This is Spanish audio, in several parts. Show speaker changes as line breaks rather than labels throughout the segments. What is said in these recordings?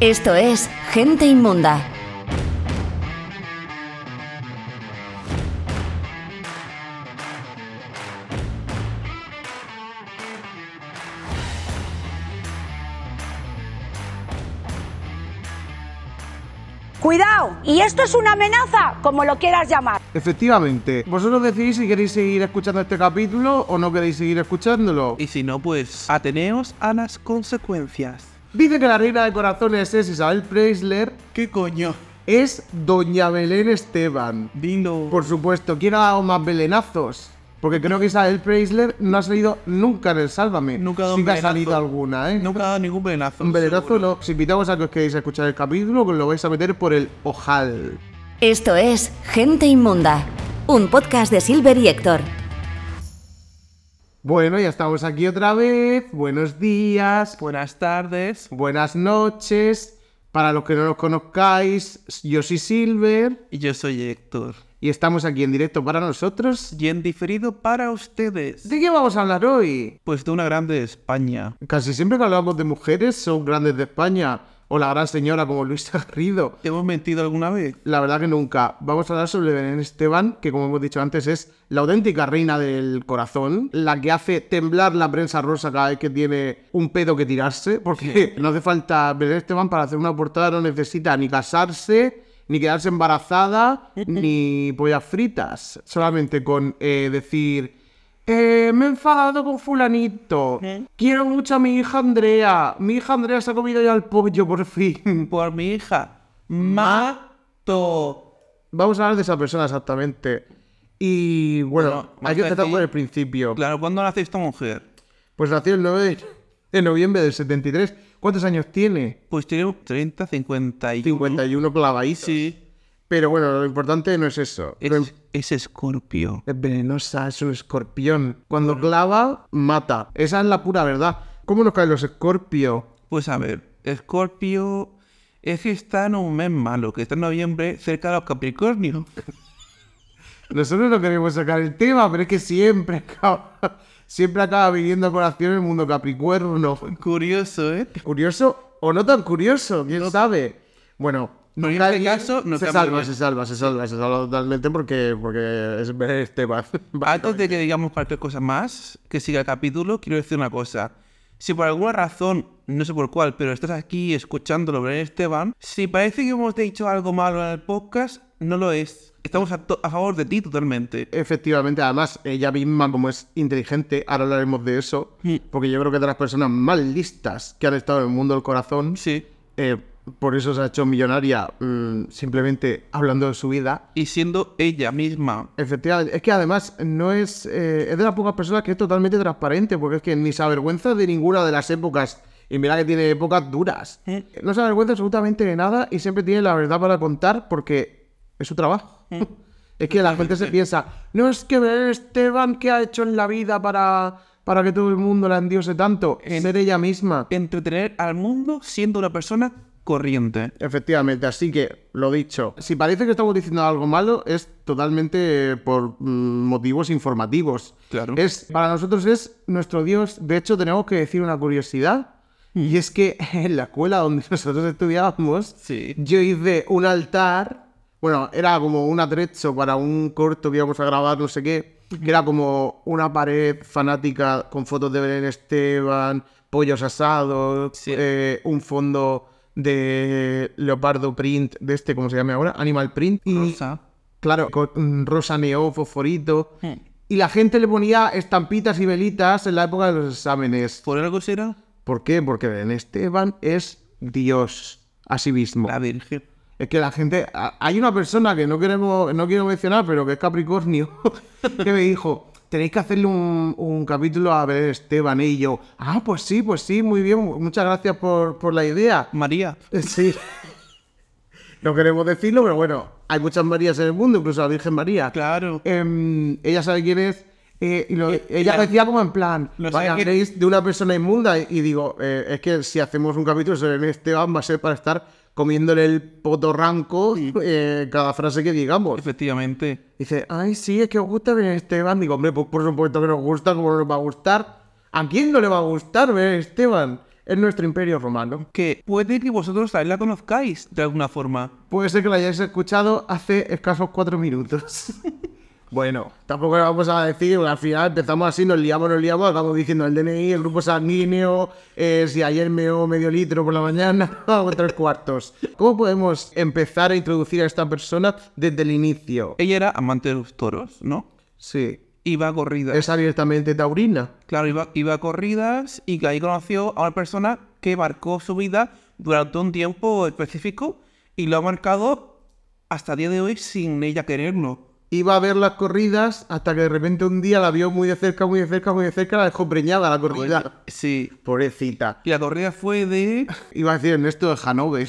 Esto es Gente Inmunda.
Cuidado, y esto es una amenaza, como lo quieras llamar.
Efectivamente, vosotros decidís si queréis seguir escuchando este capítulo o no queréis seguir escuchándolo.
Y si no, pues ateneos a las consecuencias.
Dice que la reina de corazones es Isabel Preisler,
¿Qué coño?
es Doña Belén Esteban.
Dilo.
Por supuesto, ¿quién ha dado más belenazos? Porque creo que Isabel Preisler no ha salido nunca en el Sálvame.
Nunca ha dado
sí
un
que ha
belenazo.
salido alguna, ¿eh?
Nunca ha dado ningún venazo.
Un belenazo no. Os invitamos a que os queréis a escuchar el capítulo, que os lo vais a meter por el ojal.
Esto es Gente Inmunda. Un podcast de Silver y Héctor.
Bueno, ya estamos aquí otra vez. Buenos días.
Buenas tardes.
Buenas noches. Para los que no nos conozcáis, yo soy Silver
Y Yo soy Héctor.
y estamos aquí en directo para nosotros.
Y en diferido para ustedes.
¿De qué vamos a hablar hoy?
Pues de una grande España.
Casi siempre que hablamos de mujeres son grandes de España o la gran señora como Luisa Garrido.
¿Te hemos mentido alguna vez?
La verdad que nunca. Vamos a hablar sobre Belén Esteban, que como hemos dicho antes es la auténtica reina del corazón, la que hace temblar la prensa rosa cada vez que tiene un pedo que tirarse, porque no hace falta Belén Esteban para hacer una portada, no necesita ni casarse, ni quedarse embarazada, ni pollas fritas. Solamente con eh, decir... Eh, me he enfadado con fulanito. Quiero mucho a mi hija Andrea. Mi hija Andrea se ha comido ya el pollo, por fin.
Por mi hija. Mato.
Vamos a hablar de esa persona exactamente. Y bueno, hay
Bueno,
que
vamos a
empezar
decir-
por el principio.
Claro, ¿cuándo nace esta mujer?
Pues nació el 9 de- de noviembre del 73. ¿Cuántos años tiene?
Pues tiene 30, 51.
51 clavaditos.
Sí.
Pero bueno, lo importante no es eso. Lo im-
Es, es Escorpio.
Es venenosa, es un escorpión. Cuando clava, mata. Esa es la pura verdad. ¿Cómo nos caen los escorpios?
Pues a ver, Escorpio es que está en un mes malo, que está en noviembre cerca de los Capricornio.
Nosotros no queremos sacar el tema, pero es que siempre acaba, siempre acaba viniendo a colación el mundo capricuerno.
Curioso, ¿eh?
¿Curioso o no tan curioso? ¿Quién sabe? Bueno,
Pero en
nunca
este
bien,
caso, no
se
está
salva,
muy bien.
se salva, se salva, se salva totalmente porque, porque es ver este va- va-
Antes de que digamos cualquier cosa más, que siga el capítulo, quiero decir una cosa. Si por alguna razón, no sé por cuál, pero estás aquí escuchándolo, Belén Esteban, si parece que hemos dicho algo malo en el podcast, no lo es. Estamos a, to- a favor de ti totalmente.
Efectivamente, además, ella misma, como es inteligente, ahora hablaremos de eso,
Mm.
porque yo creo que de las personas más listas que han estado en el mundo del corazón,
Sí.
eh, por eso se ha hecho millonaria mm, simplemente hablando de su vida.
Y siendo ella misma.
Efectivamente, es que además no es. eh, es de las pocas personas que es totalmente transparente, porque es que ni se avergüenza de ninguna de las épocas. Y mira que tiene épocas duras.
¿Eh?
No se avergüenza absolutamente de nada y siempre tiene la verdad para contar porque es su trabajo. es que la gente se piensa, no es que Belén Esteban, ¿qué ha hecho en la vida para, para que todo el mundo la endiose tanto?
En-
Ser ella misma.
Entretener al mundo siendo una persona corriente.
Efectivamente, así que lo dicho. Si parece que estamos diciendo algo malo, es totalmente eh, por mm, motivos informativos.
Claro.
Es, para nosotros es nuestro Dios. De hecho, tenemos que decir una curiosidad.
Mm.
Y es que en la escuela donde nosotros estudiábamos,
Sí.
yo hice un altar. Bueno, era como un atrecho para un corto que íbamos a grabar, no sé qué. Que era como una pared fanática con fotos de Belén Esteban, pollos asados,
Sí.
eh, un fondo de leopardo print, de este, ¿cómo se llama ahora? Animal print. Y,
Rosa.
Claro, con mm, rosa neón, fosforito.
Hmm.
Y la gente le ponía estampitas y velitas en la época de los exámenes.
¿Por algo será?
¿Por qué? Porque Belén Esteban es Dios a sí mismo.
La Virgen.
Es que la gente. a- Hay una persona que no queremos, no quiero mencionar, pero que es Capricornio, que me dijo: Tenéis que hacerle un, un capítulo a Belén Esteban. Y yo, ah, pues sí, pues sí, muy bien. Muchas gracias por, por la idea.
María.
Eh, Sí. No queremos decirlo, pero bueno, hay muchas Marías en el mundo, incluso la Virgen María.
Claro.
Em, ella sabe quién es. eh, y lo-
Eh,
ella
la-
decía como en plan,
lo
vaya,
sabe quién-
habléis de una persona inmunda. Y, y digo, eh, es que si hacemos un capítulo sobre Belén Esteban va a ser para estar comiéndole el potorranco eh, cada frase que digamos.
Efectivamente.
Dice, ay, sí, es que os gusta Belén Esteban. Digo, hombre, pues por supuesto que nos gusta, como nos va a gustar. ¿A quién no le va a gustar Belén Esteban? en nuestro imperio romano.
Que puede que vosotros también la conozcáis de alguna forma.
Puede ser que lo hayáis escuchado hace escasos cuatro minutos. bueno, tampoco le vamos a decir, porque al final empezamos así, nos liamos, nos liamos, acabamos diciendo el DNI, el grupo sanguíneo, eh, si ayer meo medio litro por la mañana, o tres cuartos. ¿Cómo podemos empezar a introducir a esta persona desde el inicio?
Ella era amante de los toros, ¿no?
Sí.
Iba a corridas.
Es abiertamente taurina.
Claro, iba, iba a corridas y que ahí conoció a una persona que marcó su vida durante un tiempo específico y lo ha marcado hasta el día de hoy sin ella quererlo.
Iba a ver las corridas hasta que de repente un día la vio muy de cerca, muy de cerca, muy de cerca, la dejó preñada la corrida.
Sí.
Pobrecita.
Y la corrida fue de...
Iba a decir Ernesto de Hanover.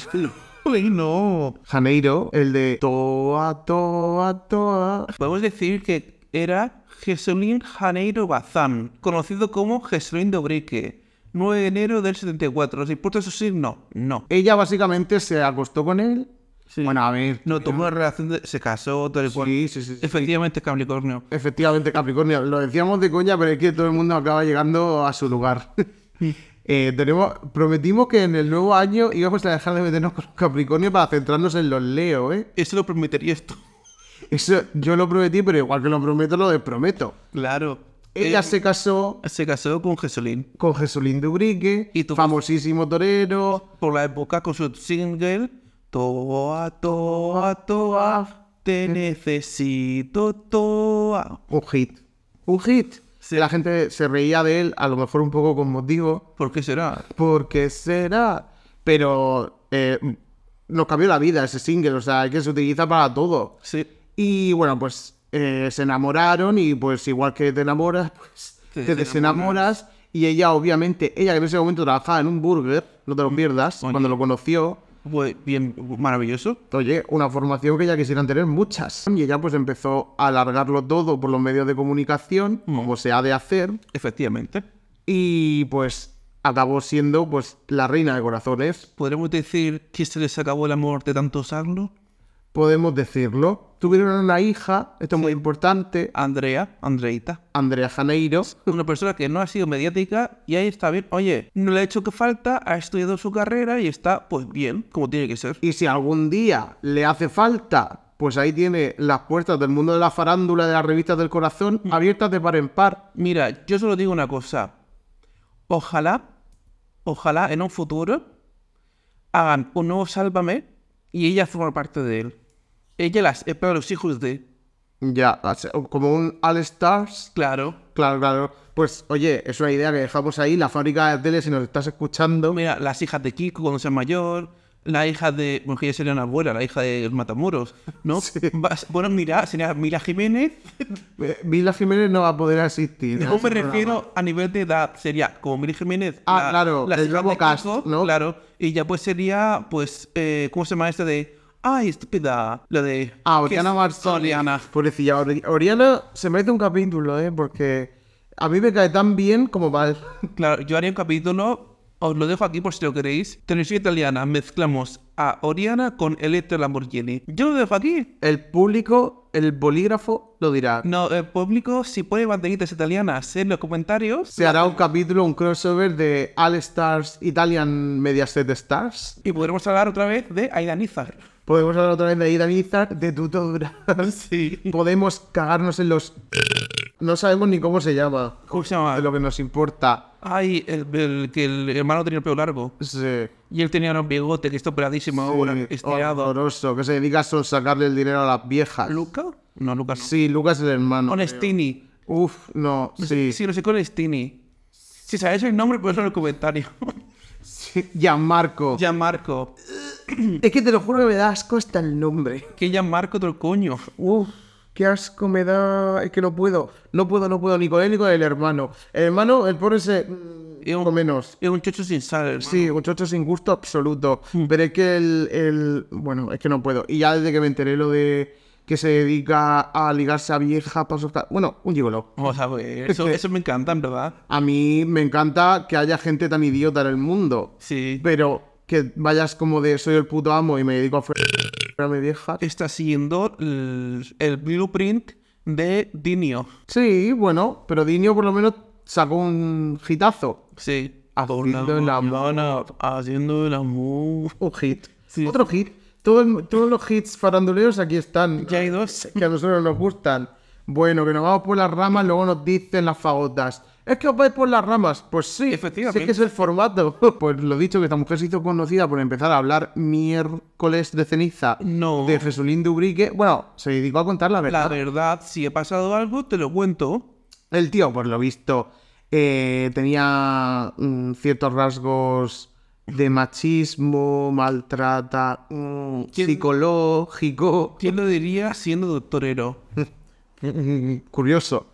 ¡Uy, no!
Janeiro, el de Toa, Toa, Toa.
Podemos decir que era Jesolín Janeiro Bazán, conocido como Jesolín de Obrique, 9 de enero del 74. ¿Os importa su signo? No.
Ella básicamente se acostó con él.
Sí.
Bueno, a ver.
No tuvo una relación, de- se casó, tal y cual.
Sí, sí, sí, sí.
Efectivamente, es Capricornio.
Efectivamente, Capricornio, lo decíamos de coña, pero es que todo el mundo acaba llegando a su lugar. Eh, tenemos, prometimos que en el nuevo año íbamos a dejar de meternos con los Capricornio para centrarnos en los Leo, ¿eh?
Eso lo permitiría esto.
Eso yo lo prometí, pero igual que lo prometo, lo desprometo.
Claro.
Ella
Eh,
se casó
se casó con Jesolín.
con Jesulín Dubrique,
Y tú-
famosísimo torero.
Por la época, con su single, Toa, Toa, Toa, te necesito, Toa.
Un hit. Un hit.
Sí.
La gente se reía de él, a lo mejor un poco con motivo,
¿Por qué será?
porque será. Pero eh, nos cambió la vida ese single, o sea, que se utiliza para todo.
Sí.
Y bueno, pues eh, se enamoraron y pues igual que te enamoras, pues
Te
te, desenamoras. Y ella, obviamente, ella que en ese momento trabajaba en un burger, no te lo pierdas,
Oye.
cuando lo conoció.
Pues bien, maravilloso.
Oye, una formación que ya quisieran tener muchas. Y ella pues empezó a alargarlo todo por los medios de comunicación, como se ha de hacer.
Efectivamente.
Y pues acabó siendo pues la reina de corazones,
¿Podremos decir que se les acabó el amor de tanto usarlo?
podemos decirlo. Tuvieron una hija, esto es muy importante,
Andrea, Andreita.
Andrea Janeiro.
Una persona que no ha sido mediática y ahí está bien. Oye, no le ha hecho que falta, ha estudiado su carrera y está, pues bien, como tiene que ser.
Y si algún día le hace falta, pues ahí tiene las puertas del mundo de la farándula, de las revistas del corazón, abiertas de par en par.
Mira, yo solo digo una cosa. Ojalá, ojalá en un futuro hagan un nuevo Sálvame y ella forma parte de él. Ella las es para los hijos de.
Ya, o sea, como un All Stars
Claro.
Claro, claro. Pues oye, es una idea que dejamos ahí, la fábrica de tele, si nos estás escuchando.
Mira, las hijas de Kiko cuando sea mayor, la hija de. Bueno, que ella sería una abuela, la hija de Matamoros, ¿no?
Sí.
Vas- bueno, mira, sería Mila Jiménez.
Eh, Mila Jiménez no va a poder asistir.
Yo me refiero a nivel de edad, sería como Mila Jiménez.
Ah, claro, el
hija de
Robocast,
Kiko,
¿no?
Claro, y ya pues sería, pues, eh, ¿cómo se llama esta de. Ay, estúpida, la de.
Ah,
que
Oriana
es-
Marzón.
Oriana.
Pobrecilla, Ori- Oriana se merece un capítulo, ¿eh? Porque a mí me cae tan bien como mal.
Claro, yo haría un capítulo, os lo dejo aquí por si lo queréis. Televisión italiana, mezclamos a Oriana con Electra Lamborghini. Yo lo dejo aquí.
El público, el bolígrafo, lo dirá.
No, el público, si pone banderitas italianas en los comentarios
Se hará un capítulo, un crossover de All Stars Italian Mediaset Stars.
y podremos hablar otra vez de Aidan Izar.
Podemos hablar otra vez de Ida Mizar, de tutoras.
Sí.
Podemos cagarnos en los... No sabemos ni cómo se llama.
¿Cómo se llama?
Ah, Es lo que nos importa.
Ay, el, el- que el hermano tenía el pelo largo
Sí.
y él tenía un bigote que está operadísimo ahora, este
Sí, oh,
estirado.
horroroso, que se dedica solo a sacarle el dinero a las viejas.
Ah, ¿Luca? No, Luca no.
Sí, Lucas el hermano.
Onestini.
Uf, no, sí.
Sí, lo sé con Onestini. Si sabéis el nombre, ponedlo en el comentario.
sí. Gianmarco.
Gianmarco.
Es que te lo juro que me da asco hasta el nombre.
Que Gianmarco del coño.
Uf, qué asco me da. Es que no puedo. No puedo, no puedo ni con él ni con el hermano. El hermano, el pobre se.
Es
poco menos.
Es un chocho sin sal.
Sí, un chocho sin gusto absoluto.
Mm.
Pero es que el, el- Bueno, es que no puedo. Y ya desde que me enteré lo de que se dedica a ligarse a vieja para sus... Bueno, un gigolo.
Vamos a ver, eso, eso me encanta, en verdad.
A mí me encanta que haya gente tan idiota en el mundo.
Sí.
Pero que vayas como de soy el puto amo y me dedico a... fre- vieja.
está siguiendo el, el blueprint de Dinio.
Sí, bueno, pero Dinio por lo menos sacó un hitazo.
Sí.
haciendo el amor.
Madonna haciendo el amor.
Un hit.
Sí.
Otro hit. Todo el- todos los hits faranduleros aquí están.
Ya hay dos.
que a nosotros nos gustan. Bueno, que nos vamos por las ramas, luego nos dicen las fagotas. Es que os vais por las ramas. Pues sí,
Efectivamente.
sí que es el formato. Pues lo dicho, que esta mujer se hizo conocida por empezar a hablar miércoles de ceniza
No.
de Jesulín Dubrique. Bueno, se dedicó a contar la verdad.
La verdad, si he pasado algo, te lo cuento.
El tío, por lo visto, eh, tenía mm, ciertos rasgos de machismo, maltrata, mm,
¿Quién-
psicológico.
¿Quién lo diría siendo doctorero?
Curioso.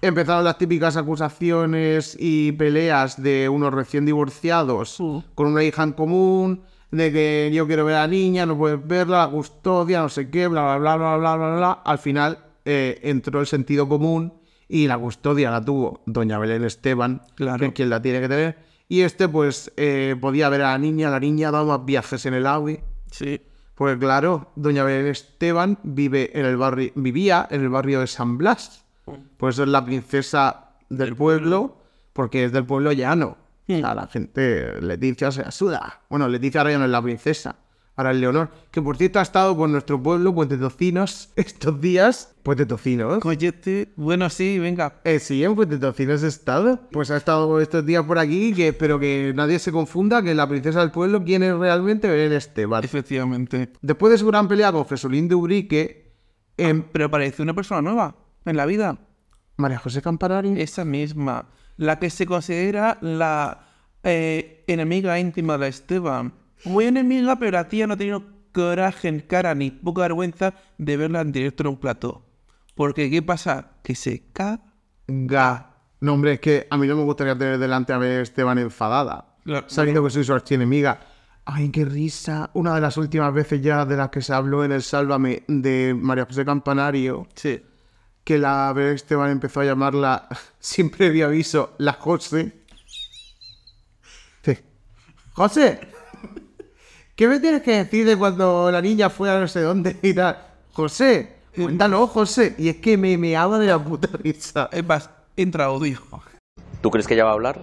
Empezaron las típicas acusaciones y peleas de unos recién divorciados con una hija en común, de que yo quiero ver a la niña, no puedes verla, la custodia, no sé qué, bla, bla, bla, bla, bla, bla, bla. Al final eh, entró el sentido común y la custodia la tuvo doña Belén Esteban,
Claro.
que es quien la tiene que tener. Y este, pues, eh, podía ver a la niña, la niña daba viajes en el AVE.
Sí.
Porque Pues claro, doña Belén Esteban vive en el barrio, vivía en el barrio de San Blas. Por eso es la princesa del pueblo, porque es del pueblo llano. A la gente, Leticia se la suda. Bueno, Leticia ahora ya no es la princesa, ahora es Leonor. Que por cierto ha estado por nuestro pueblo, Puente Tocinos, estos días. Puente Tocinos.
Coyete. Bueno, sí, venga.
Eh, sí, en Puente Tocinos he estado. Pues ha estado estos días por aquí, que espero que nadie se confunda que la princesa del pueblo, ¿quién es realmente Belén Esteban?
Efectivamente.
Después de su gran pelea con Jesulín de Ubrique, em,
Pero aparece una persona nueva en la vida.
María José Campanari.
Esa misma. La que se considera la eh, enemiga íntima de Esteban. Muy enemiga, pero la tía no ha tenido coraje en cara ni poca vergüenza de verla en directo en un plató. Porque, ¿qué pasa? Que se caga.
Ga. No, hombre, es que a mí no me gustaría tener delante a ver Esteban enfadada.
Claro.
Sabiendo que soy su archienemiga. Ay, qué risa. Una de las últimas veces ya de las que se habló en el Sálvame de María José Campanario,
Sí.
que la Belén Esteban empezó a llamarla, sin previo aviso, la José. Sí. José, ¿qué me tienes que decir de cuando la niña fue a no sé dónde y tal? José, cuéntalo, José. Y es que me meaba de la puta risa.
Es más, entra odio.
¿Tú crees que ella va a hablar?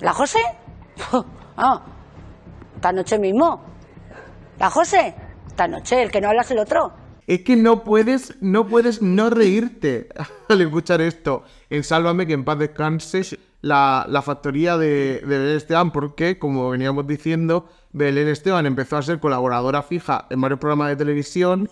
¿La José? ah, esta noche mismo. ¿La José? Esta noche, el que no habla es el otro.
Es que no puedes, no puedes no reírte al escuchar esto. En Sálvame, que en paz descanses, la, la factoría de, de Belén Esteban, porque, como veníamos diciendo, Belén Esteban empezó a ser colaboradora fija en varios programas de televisión,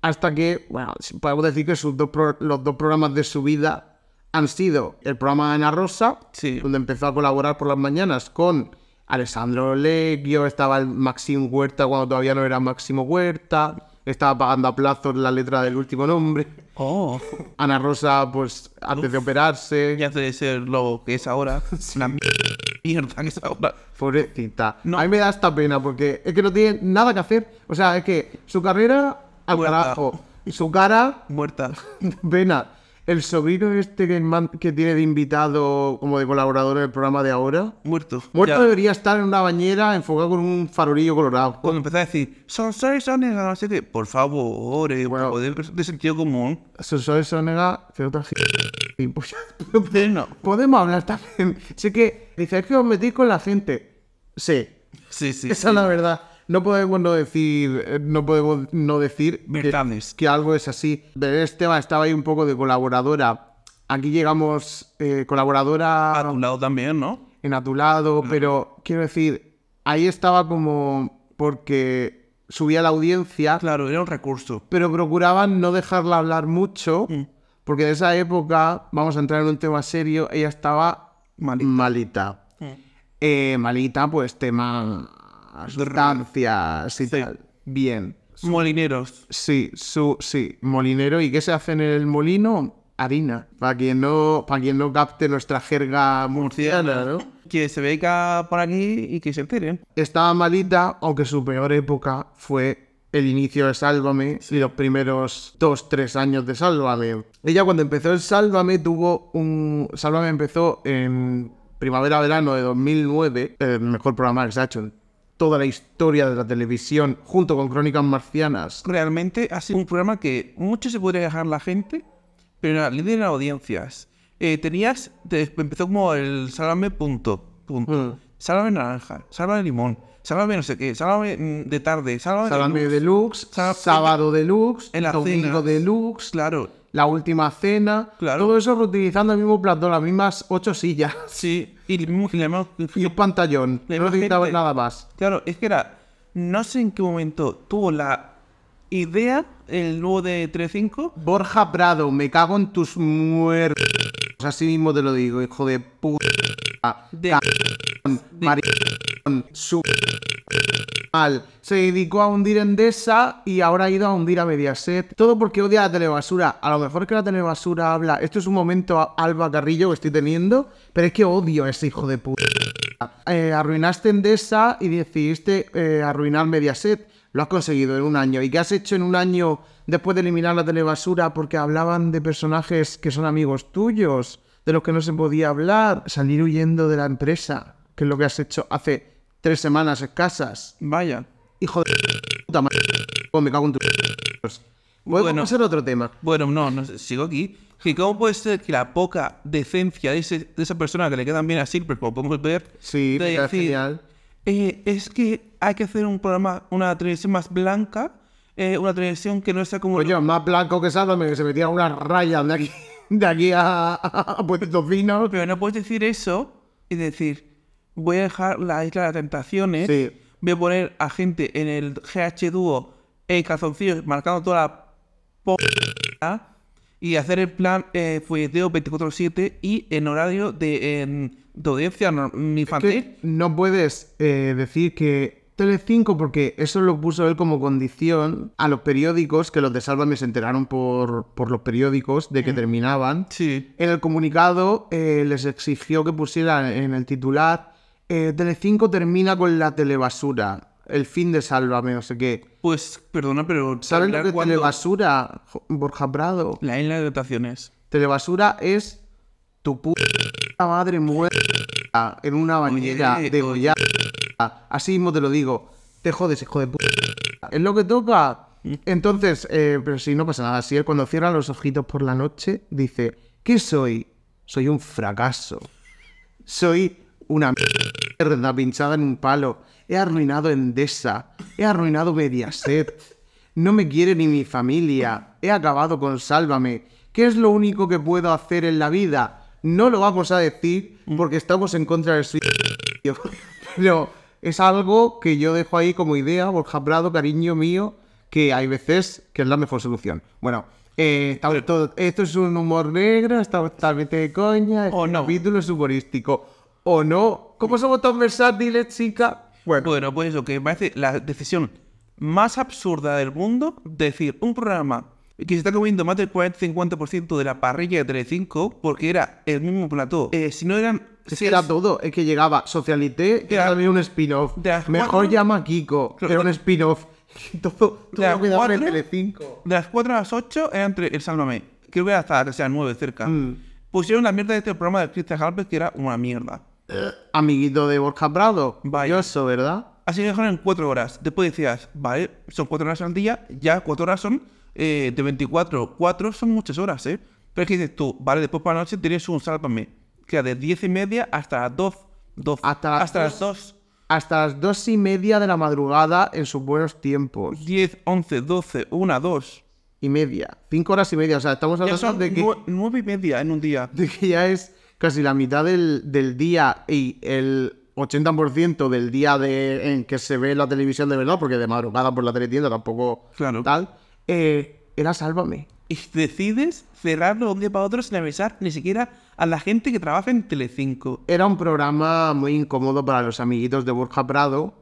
hasta que, bueno, podemos decir que sus dos pro- los dos programas de su vida han sido el programa de Ana Rosa,
Sí.
donde empezó a colaborar por las mañanas con Alessandro Leggio, estaba el Maxim Huerta cuando todavía no era Máximo Huerta, estaba pagando a plazos la letra del último nombre.
Oh.
Ana Rosa, pues, antes de operarse,
Ya hace de ser lo que es ahora. La mierda que es ahora.
pobrecita.
No.
A mí me da esta pena porque es que no tiene nada que hacer. O sea, es que su carrera, al
Huerta.
carajo. Su cara,
Muerta.
Vena, el sobrino este que, man- que tiene de invitado como de colaborador en el programa de ahora,
Muerto.
muerto
Ya.
debería estar en una bañera enfocado con un farolillo colorado.
Cuando empezó a decir, son seis sones, no sé qué, por favor, eh,
Bueno.
poder de sentido común.
Susana Sonega, que otra gilipollas.
Pero no.
Podemos hablar también. Sé que dice, es que os metís con la gente. Sí,
Sí, sí.
esa es la verdad. No podemos no decir, eh, no podemos no decir que-
Verdades.
que algo es así. Belén Esteban estaba ahí un poco de colaboradora. Aquí llegamos eh, colaboradora
A tu lado también, ¿no?
en a tu lado, pero quiero decir, ahí estaba como porque subía la audiencia,
Claro, era un recurso.
pero procuraban no dejarla hablar mucho, porque de esa época, vamos a entrar en un tema serio, ella estaba
Malita.
malita. Eh, malita, pues tema sustancias y
Sí.
tal. Bien.
Molineros.
Sí, su, sí, molinero. ¿Y qué se hace en el molino? Harina. Para quien no, para quien no capte nuestra jerga murciana, ¿no?
Que se venga por aquí y que se enteren.
estaba malita, aunque su peor época fue el inicio de Sálvame y los primeros dos, tres años de Sálvame. Ella cuando empezó el Sálvame tuvo un... Sálvame empezó en primavera-verano de 2009, el mejor programa que se ha hecho en toda la historia de la televisión, junto con Crónicas Marcianas.
Realmente ha sido un programa que mucho se puede dejar la gente, pero era líder en audiencias. Eh, tenías, te- empezó como el salame punto. Punto.
Mm.
Sálvame naranja, sálvame limón, sálvame no sé qué, sálvame mm, de tarde, sálvame.
Sálvame Deluxe,
Sá-
Sábado Deluxe,
En la
Domingo
cena.
Deluxe,
Claro,
La Última Cena.
Claro.
Todo eso reutilizando el mismo platón, las mismas ocho sillas
sí. Y el mismo- y la misma-
y un pantallón.
La
No necesitaba
gente-
nada más.
Claro, es que era. No sé en qué momento tuvo la idea el nuevo de 35
Borja Prado, me cago en tus muertos. Así mismo te lo digo, hijo de puta.
de
maricón, su mal. Se dedicó a hundir Endesa y ahora ha ido a hundir a Mediaset. Todo porque odia la telebasura. A lo mejor que la telebasura habla. Esto es un momento a- Alba Carrillo que estoy teniendo, pero es que odio a ese hijo de puta. Eh, arruinaste Endesa y decidiste eh, arruinar Mediaset. Lo has conseguido en un año. ¿Y qué has hecho en un año después de eliminar la telebasura porque hablaban de personajes que son amigos tuyos, de los que no se podía hablar? Salir huyendo de la empresa, que es lo que has hecho hace tres semanas escasas.
Vaya.
Hijo de puta madre. Oh, me cago en tu... Bueno,
Bueno.
vamos a hacer otro tema.
Bueno, no, no sé, sigo aquí. Que ¿Cómo puede ser que la poca decencia de, ese- de esa persona que le quedan bien a Silver, como podemos ver,
Sí, me
de
queda
decir,
genial.
eh, es que hay que hacer un programa, una televisión más blanca, eh, una televisión que no sea como...
Coño, más blanco que Sálvame, que se metía una raya de aquí, de aquí a, a Puerto Fino.
Pero no puedes decir eso y decir, voy a dejar la isla de las tentaciones,
Sí.
voy a poner a gente en el GH dúo en calzoncillos marcando toda la p*** y hacer el plan eh, folleteo 24-7 y en horario de, en- de audiencia no- infantil.
que no puedes eh, decir que Telecinco, porque eso lo puso él como condición a los periódicos, que los de Sálvame se enteraron por, por los periódicos de que
Mm.
terminaban.
Sí.
En el comunicado eh, les exigió que pusieran en el titular eh, Telecinco termina con la telebasura, el fin de Sálvame, no sé qué.
Pues, perdona, pero...
¿Saben lo
hablar
que es
cuando-
telebasura, Jo- Borja Prado?
La isla de tentaciones.
Telebasura es tu puta madre muerta en una bañera
Oye,
de
oye.
Así mismo te lo digo. Te jodes, hijo de puta. Es lo que toca. Entonces, eh, pero si no pasa nada, si él cuando cierra los ojitos por la noche dice, ¿qué soy? Soy un fracaso. Soy una mierda pinchada en un palo. He arruinado Endesa. He arruinado Mediaset. No me quiere ni mi familia. He acabado con Sálvame. ¿Qué es lo único que puedo hacer en la vida? No lo vamos a decir porque estamos en contra del suicidio. Pero es algo que yo dejo ahí como idea, Borja Prado, cariño mío, que hay veces que es la mejor solución. Bueno, eh, estamos todo- esto es un humor negro, está totalmente de coña,
O
este
no.
capítulo es humorístico. O no. ¿Cómo somos tan versátiles, chica? Bueno,
Bueno, pues eso, que me parece la decisión más absurda del mundo, decir, un programa que se está comiendo más del 40-50% de la parrilla de Telecinco, porque era el mismo plató. Eh, si no eran...
es
si
que era
es-
todo. Es que llegaba Socialité, que
Era-
también un spin-off.
de las
Mejor
cuatro-
llama a Kiko, que era un spin-off. Todo, todo
de las
lo que daba en
cuatro-
Telecinco.
De las 4 a las 8 era entre el Sálvame. Creo que era hasta las 9 cerca.
Mm.
Pusieron la mierda de este programa de Christian Halpert, que era una mierda.
Amiguito de Borja Prado.
Vaya.
Curioso, ¿verdad?
Así que dejaron en 4 horas. Después decías, vale, son 4 horas al día, ya 4 horas son eh, de 24. 4 son muchas horas, ¿eh? Pero es que dices tú, vale, después para la noche tienes un sálvame. Que era de 10 y media hasta las 2. 12,
Hasta las
las 2.
Hasta las dos y media de la madrugada en sus buenos tiempos.
10, 11, 12, 1, 2.
Y media. Cinco horas y media. O sea, estamos
Ya
hablando
son
de que...
9 y media en un día.
de que ya es casi la mitad del, del día y el 80% del día de, en que se ve la televisión de verdad, porque de madrugada por la teletienda tampoco
Claro.
tal, eh, era Sálvame.
Y decides cerrarlo de un día para otro sin avisar ni siquiera a la gente que trabaja en Telecinco.
Era un programa muy incómodo para los amiguitos de Borja Prado.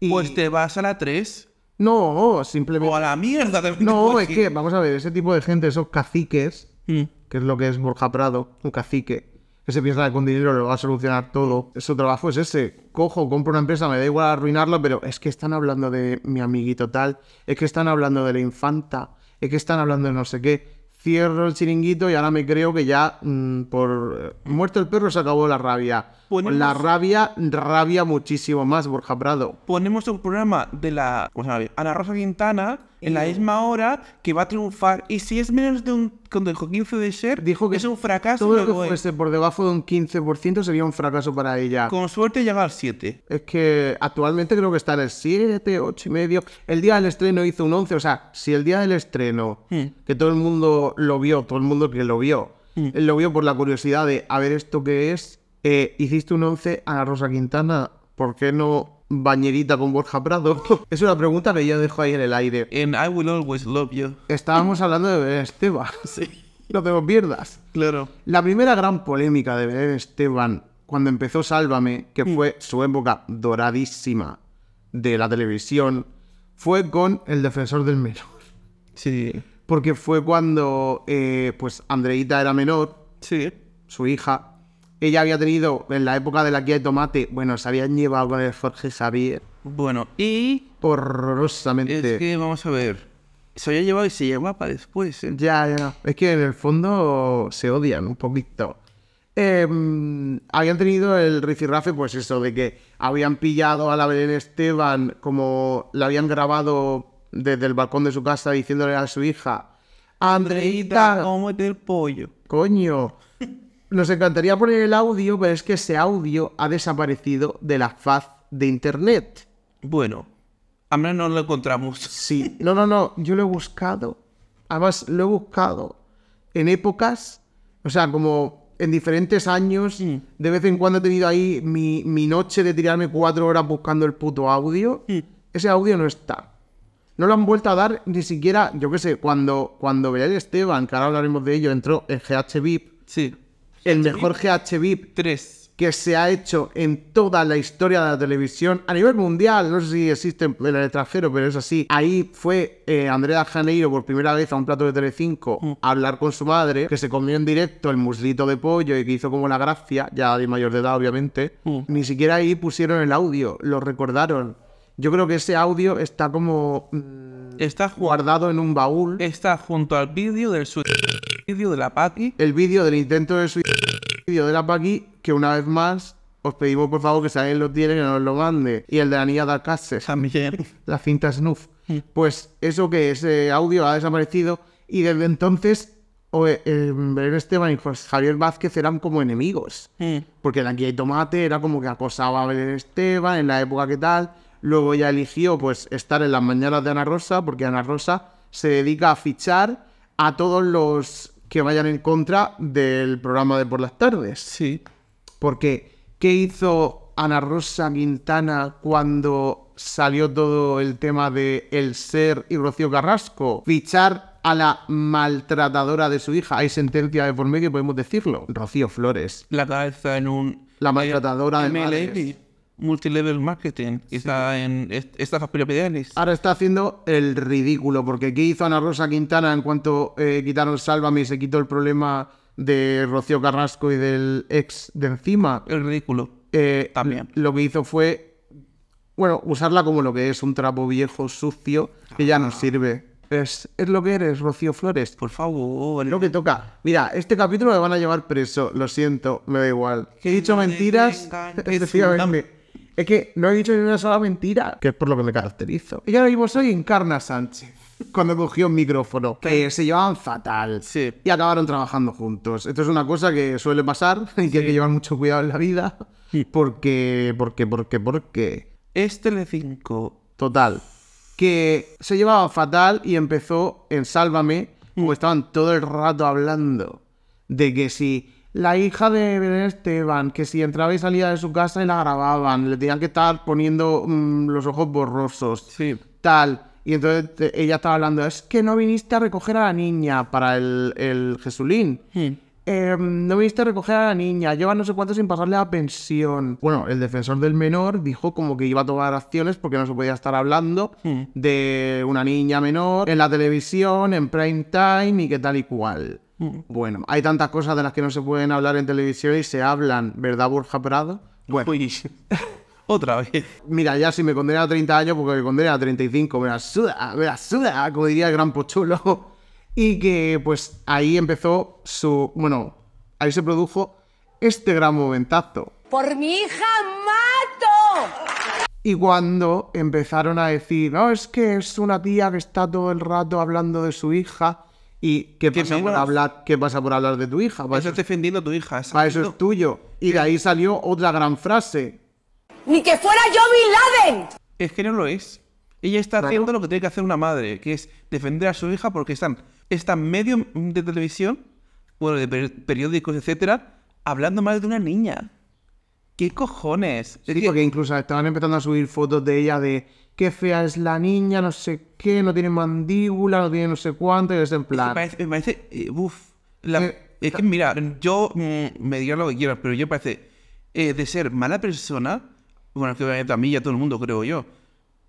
Y...
Pues te vas a la 3
No, simplemente...
o a la mierda. te-
No,
pues
es que, vamos a ver, ese tipo de gente, esos caciques,
Mm.
que es lo que es Borja Prado, un cacique, que se piensa que con dinero lo va a solucionar todo. Su trabajo es ese. Cojo, compro una empresa, me da igual arruinarlo, pero es que están hablando de mi amiguito tal, es que están hablando de la infanta, es que están hablando de no sé qué. Cierro el chiringuito y ahora me creo que ya mm, por eh, muerto el perro se acabó la rabia.
Ponemos-
La rabia, rabia muchísimo más, Borja Prado.
ponemos un programa de la. ¿Cómo se llama? Ana Rosa Quintana en la misma hora que va a triunfar. Y si es menos de un. Cuando dijo 15 de Cher,
Dijo que
es un fracaso.
Todo
y
lo que
luego es-
fuese por debajo de un 15% sería un fracaso para ella.
Con suerte llega al 7.
Es que actualmente creo que está en el 7, 8 y medio. El día del estreno hizo un 11. O sea, si el día del estreno,
Hmm.
que todo el mundo lo vio, todo el mundo que lo vio, lo vio por la curiosidad de a ver esto qué es, eh, hiciste un 11 a la Rosa Quintana, ¿por qué no bañerita con Borja Prado? es una pregunta que yo dejo ahí en el aire.
En I Will Always Love You.
Estábamos hablando de Belén Esteban.
Sí,
No te lo pierdas.
claro.
La primera gran polémica de Belén Esteban cuando empezó Sálvame, que fue su época doradísima de la televisión, fue con El Defensor del Menor.
Sí.
Porque fue cuando eh, pues Andreita era menor,
Sí.
su hija. Ella había tenido, en la época de la guía de tomate, bueno, se habían llevado con el Jorge Xavier
Bueno, y. Es
horrorosamente.
que vamos a ver. Se había llevado y se lleva para después, ¿eh?
Ya, ya. Es que en el fondo se odian un poquito. Em, habían tenido el rifirrafe, pues eso, de que habían pillado a la Belén Esteban, como la habían grabado desde el balcón de su casa diciéndole a su hija,
Andreita,
Andreita,
cómete el pollo.
coño. Nos encantaría poner el audio, pero es que ese audio ha desaparecido de la faz de internet.
Bueno, ahora no lo encontramos.
Sí, no, no, no, yo lo he buscado. Además, lo he buscado en épocas, o sea, como en diferentes años. De vez en cuando he tenido ahí mi, mi noche de tirarme cuatro horas buscando el puto audio. Ese audio no está. No lo han vuelto a dar ni siquiera, yo qué sé, cuando, cuando Belén Esteban, que ahora hablaremos de ello, entró en GH VIP,
Sí.
el mejor GH VIP
Tres.
que se ha hecho en toda la historia de la televisión a nivel mundial. No sé si existe en el extranjero, pero es así. Ahí fue eh, Andrea Janeiro por primera vez a un plato de Telecinco a hablar con su madre, que se comió en directo el muslito de pollo y que hizo como la gracia, ya de mayor de edad, obviamente. Ni siquiera ahí pusieron el audio, lo recordaron. Yo creo que ese audio está como mm,
Está, ju-
guardado en un baúl.
está junto al vídeo del su... vídeo de la Paki.
el vídeo del intento de suicidio de la Paqui, que una vez más os pedimos por favor que si alguien lo tiene que nos lo mande. Y el de la niña de Alcácer,
También.
la cinta Snuff. Pues eso que ese audio ha desaparecido y desde entonces o- eh, eh, Belén Esteban y José Javier Vázquez eran como enemigos. Porque la guía de tomate era como que acosaba a Belén Esteban en la época que tal. Luego ya eligió pues estar en las mañanas de Ana Rosa, porque Ana Rosa se dedica a fichar a todos los que vayan en contra del programa de por las tardes.
Sí.
Porque, ¿qué hizo Ana Rosa Quintana cuando salió todo el tema de El Ser y Rocío Carrasco? Fichar a la maltratadora de su hija. Hay sentencia de por medio, podemos decirlo. Rocío Flores.
La cabeza en un.
La maltratadora de
MLM.
madres.
Multilevel marketing. que Está en est- estafas piramidales.
Ahora está haciendo el ridículo, porque ¿qué hizo Ana Rosa Quintana en cuanto eh, quitaron Sálvame y se quitó el problema de Rocío Carrasco y del ex de encima?
El ridículo.
Eh,
También.
Lo que hizo fue, bueno, usarla como lo que es, un trapo viejo, sucio, que ya no sirve. Es, es lo que eres, Rocío Flores.
Por favor.
Lo que toca. Mira, este capítulo me van a llevar preso, lo siento, me da igual. He dicho
me
mentiras.
tengan que
Efectivamente. Es que no he dicho ni una sola mentira, que es por lo que me caracterizo. Y ahora mismo soy Encarna Sánchez, cuando cogió un micrófono, que se llevaban fatal.
Sí.
Y acabaron trabajando juntos. Esto es una cosa que suele pasar y que hay que llevar mucho cuidado en la vida. Porque, porque, porque, porque.
Es Telecinco.
Total. Que se llevaba fatal y empezó en Sálvame, como estaban todo el rato hablando de que si la hija de Belén Esteban, que si entraba y salía de su casa y la grababan, le tenían que estar poniendo mm, los ojos borrosos,
Sí.
tal. Y entonces te- ella estaba hablando, es que no viniste a recoger a la niña para el, el Jesulín.
Mm. Hmm.
Em, no viniste a recoger a la niña, lleva no sé cuánto sin pasarle la pensión. Bueno, el defensor del menor dijo como que iba a tomar acciones porque no se podía estar hablando de una niña menor en la televisión, en prime time y que tal y cual. Bueno, hay tantas cosas de las que no se pueden hablar en televisión y se hablan, ¿verdad, Borja Prado? Bueno,
Uy. Otra vez.
mira, ya si me condena a 30 años, porque me condena a 35, me la suda, me la suda, como diría el gran pochuelo. Y que pues ahí empezó su. Bueno, ahí se produjo este gran momentazo.
Por mi hija mato.
Y cuando empezaron a decir, no, es que es una tía que está todo el rato hablando de su hija. ¿Y qué
¿Qué
pasa, por
menos?
hablar, qué pasa por hablar de tu hija? Para
Estás
eso,
defendiendo a tu hija. ¿has
Pues para eso
entendido?
es tuyo. Y de ahí salió otra gran frase.
Ni que fuera yo Bin Laden.
Es que no lo es. Ella está
Claro.
haciendo lo que tiene que hacer una madre, que es defender a su hija porque están, están medio de televisión, bueno, de per- periódicos, etcétera, hablando mal de una niña. ¿Qué cojones? Es
Sí,
que-
porque incluso estaban empezando a subir fotos de ella de qué fea es la niña, no sé qué, no tiene mandíbula, no tiene no sé cuánto, y es en
es que
plan.
parece- me parece. eh, uf. La-
Eh,
es que mira, yo mm, me digas lo que quieras, pero yo parece eh, de ser mala persona, bueno, que obviamente a mí y a todo el mundo, creo yo,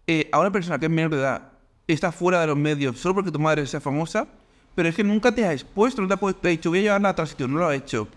eh, a una persona que es menor de edad está fuera de los medios solo porque tu madre sea famosa, pero es que nunca te has expuesto, no te has puesto, te ha dicho, voy a llevarla a tal sitio, no lo has hecho.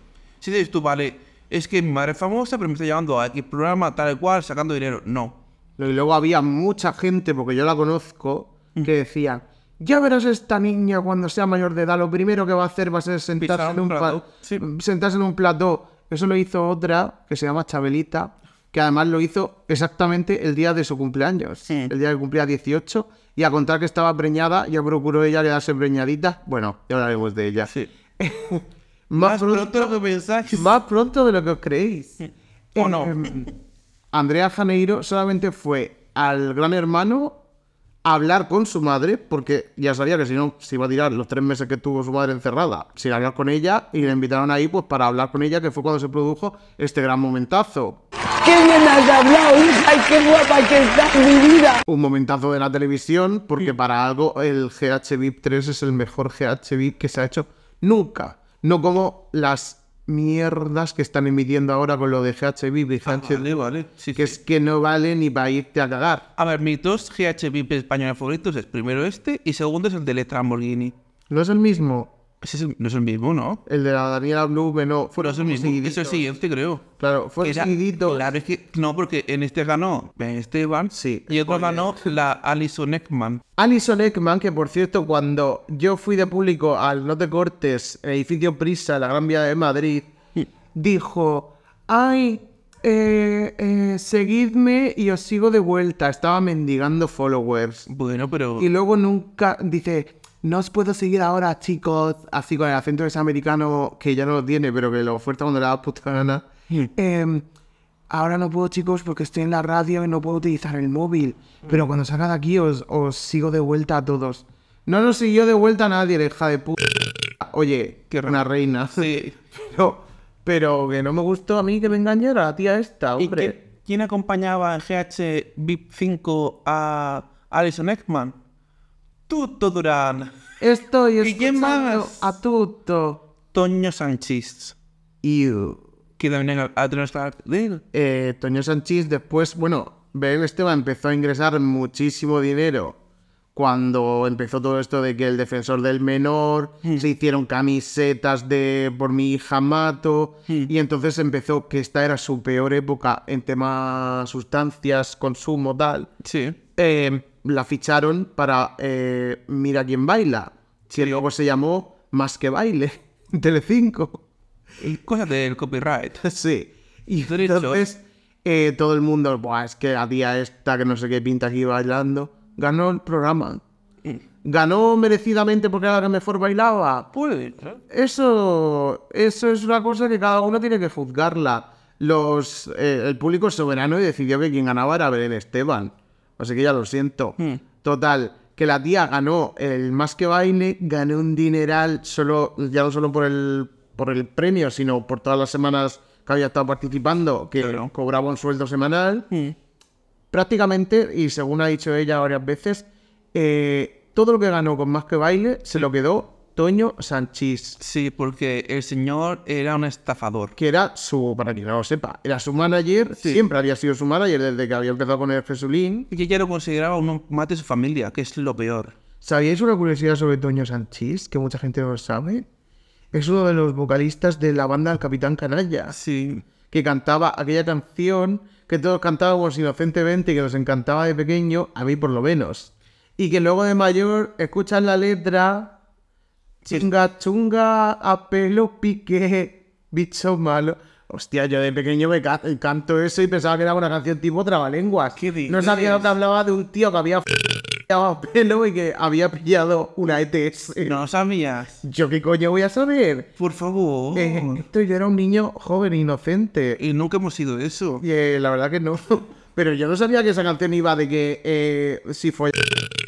Si dices tú, vale, es que mi madre es famosa, pero me está llevando a X programa, tal y cual, sacando dinero. No.
Y luego había mucha gente, porque yo la conozco,
Mm.
que decía, ya verás esta niña cuando sea mayor de edad, lo primero que va a hacer va a ser sentarse,
Pisar
en
un
un pa-
plató, sí.
sentarse en un plató. Eso lo hizo otra, que se llama Chabelita, que además lo hizo exactamente el día de su cumpleaños,
Sí.
el día que cumplía 18, y a contar que estaba preñada, ya procuró ella quedarse preñadita. Bueno, ya hablaremos de ella.
Sí.
Más
Más
pronto-
pronto de lo que pensáis.
más pronto de lo que os creéis.
O no.
Em, Andrea Janeiro solamente fue al gran hermano a hablar con su madre, porque ya sabía que si no se iba a tirar los tres meses que tuvo su madre encerrada, sin hablar con ella, y le invitaron ahí pues para hablar con ella, que fue cuando se produjo este gran momentazo.
¡Qué bien has hablado, hija! ¡Y qué guapa que estás, mi vida!
Un momentazo de la televisión, porque para algo el GH VIP 3 es el mejor GH VIP que se ha hecho nunca. No como las mierdas que están emitiendo ahora con lo de GH VIP y GH
Ah, Vale, vale. Sí,
que
sí.
es que no vale ni para irte a cagar.
A ver, mis dos GHVIP españoles favoritos es primero este y segundo es el de Letra Lamborghini.
No es el mismo.
Ese es el- no es el mismo, ¿no?
El de la Daniela Blume, no.
No
Fueron
es el mismo. Es el
seguiditos.
siguiente, creo.
Claro, fueron
Era-
seguiditos.
Claro, es que no, porque en este ganó Ben Esteban
Sí.
y otro ganó la Alison Ekman.
Alison Ekman, que por cierto, cuando yo fui de público al No te cortes, el edificio Prisa, la Gran Vía de Madrid, dijo: Ay, eh, eh, seguidme y os sigo de vuelta. Estaba mendigando followers.
Bueno, pero.
Y luego nunca dice, no os puedo seguir ahora, chicos, así con el acento ese americano que ya no lo tiene, pero que lo oferta cuando le da puta gana. Em, ahora no puedo, chicos, porque estoy en la radio y no puedo utilizar el móvil. Pero cuando salga de aquí os, os sigo de vuelta a todos. No nos siguió de vuelta a nadie, la hija de puta. Oye,
Qué
que
raro.
una reina.
Sí.
Pero, pero que no me gustó a mí que me engañara la tía esta,
¿Y
hombre.
qué- quién acompañaba en GH VIP 5 a Alison Ekman? Tuto Durán,
Estoy
¿Y quién
escuchando
más?
a tuto. uh,
Toño Sánchez,
Ew.
que también era a nuestra de él.
eh, Toño Sanchís después, bueno, Ben Esteban empezó a ingresar muchísimo dinero cuando empezó todo esto de que el defensor del menor se hicieron camisetas de por mi hija mato y entonces empezó que esta era su peor época en tema sustancias, consumo, tal.
Sí.
Eh, la ficharon para eh, Mira quién baila, que luego se llamó Más que baile, en Telecinco.
Y Cosas del copyright.
Sí. Y
Derecho,
entonces eh, todo el mundo, Buah, es que la tía esta que no sé qué pinta aquí bailando, ganó el programa. Ganó merecidamente porque era la que mejor bailaba.
Puede
Eso, eso es una cosa que cada uno tiene que juzgarla. Los, eh, el público es soberano y decidió que quien ganaba era Belén Esteban. Así que ya lo siento. Total, que la tía ganó el más que baile, ganó un dineral solo, ya no solo por el, por el premio, sino por todas las semanas que había estado participando, que
Claro.
cobraba un sueldo semanal. Prácticamente, y según ha dicho ella varias veces, eh, todo lo que ganó con más que baile se lo quedó Toño Sanchís,
Sí, porque el señor era un estafador.
que era su, para quien no lo sepa, era su manager,
Sí.
siempre había sido su manager desde que había empezado con el Jesulín.
Y ella lo consideraba un más de su familia, que es lo peor.
¿Sabíais una curiosidad sobre Toño Sanchís, que mucha gente no lo sabe? Es uno de los vocalistas de la banda El Capitán Canalla,
Sí.
que cantaba aquella canción que todos cantábamos inocentemente y que nos encantaba de pequeño, a mí por lo menos. Y que luego de mayor escuchas la letra Chinga, chunga, a pelo pique, bicho malo. Hostia, yo de pequeño me ca- canto eso y pensaba que era una canción tipo trabalenguas.
¿Qué dices?
No sabía que hablaba de un tío que había pillado pelo y que había pillado una ETS.
Eh, No lo sabías.
¿Yo qué coño voy a saber?
Por favor.
Eh, esto yo era un niño joven, inocente.
Y nunca hemos sido eso.
Y, eh, la verdad que no. Pero yo no sabía que esa canción iba de que eh, si fue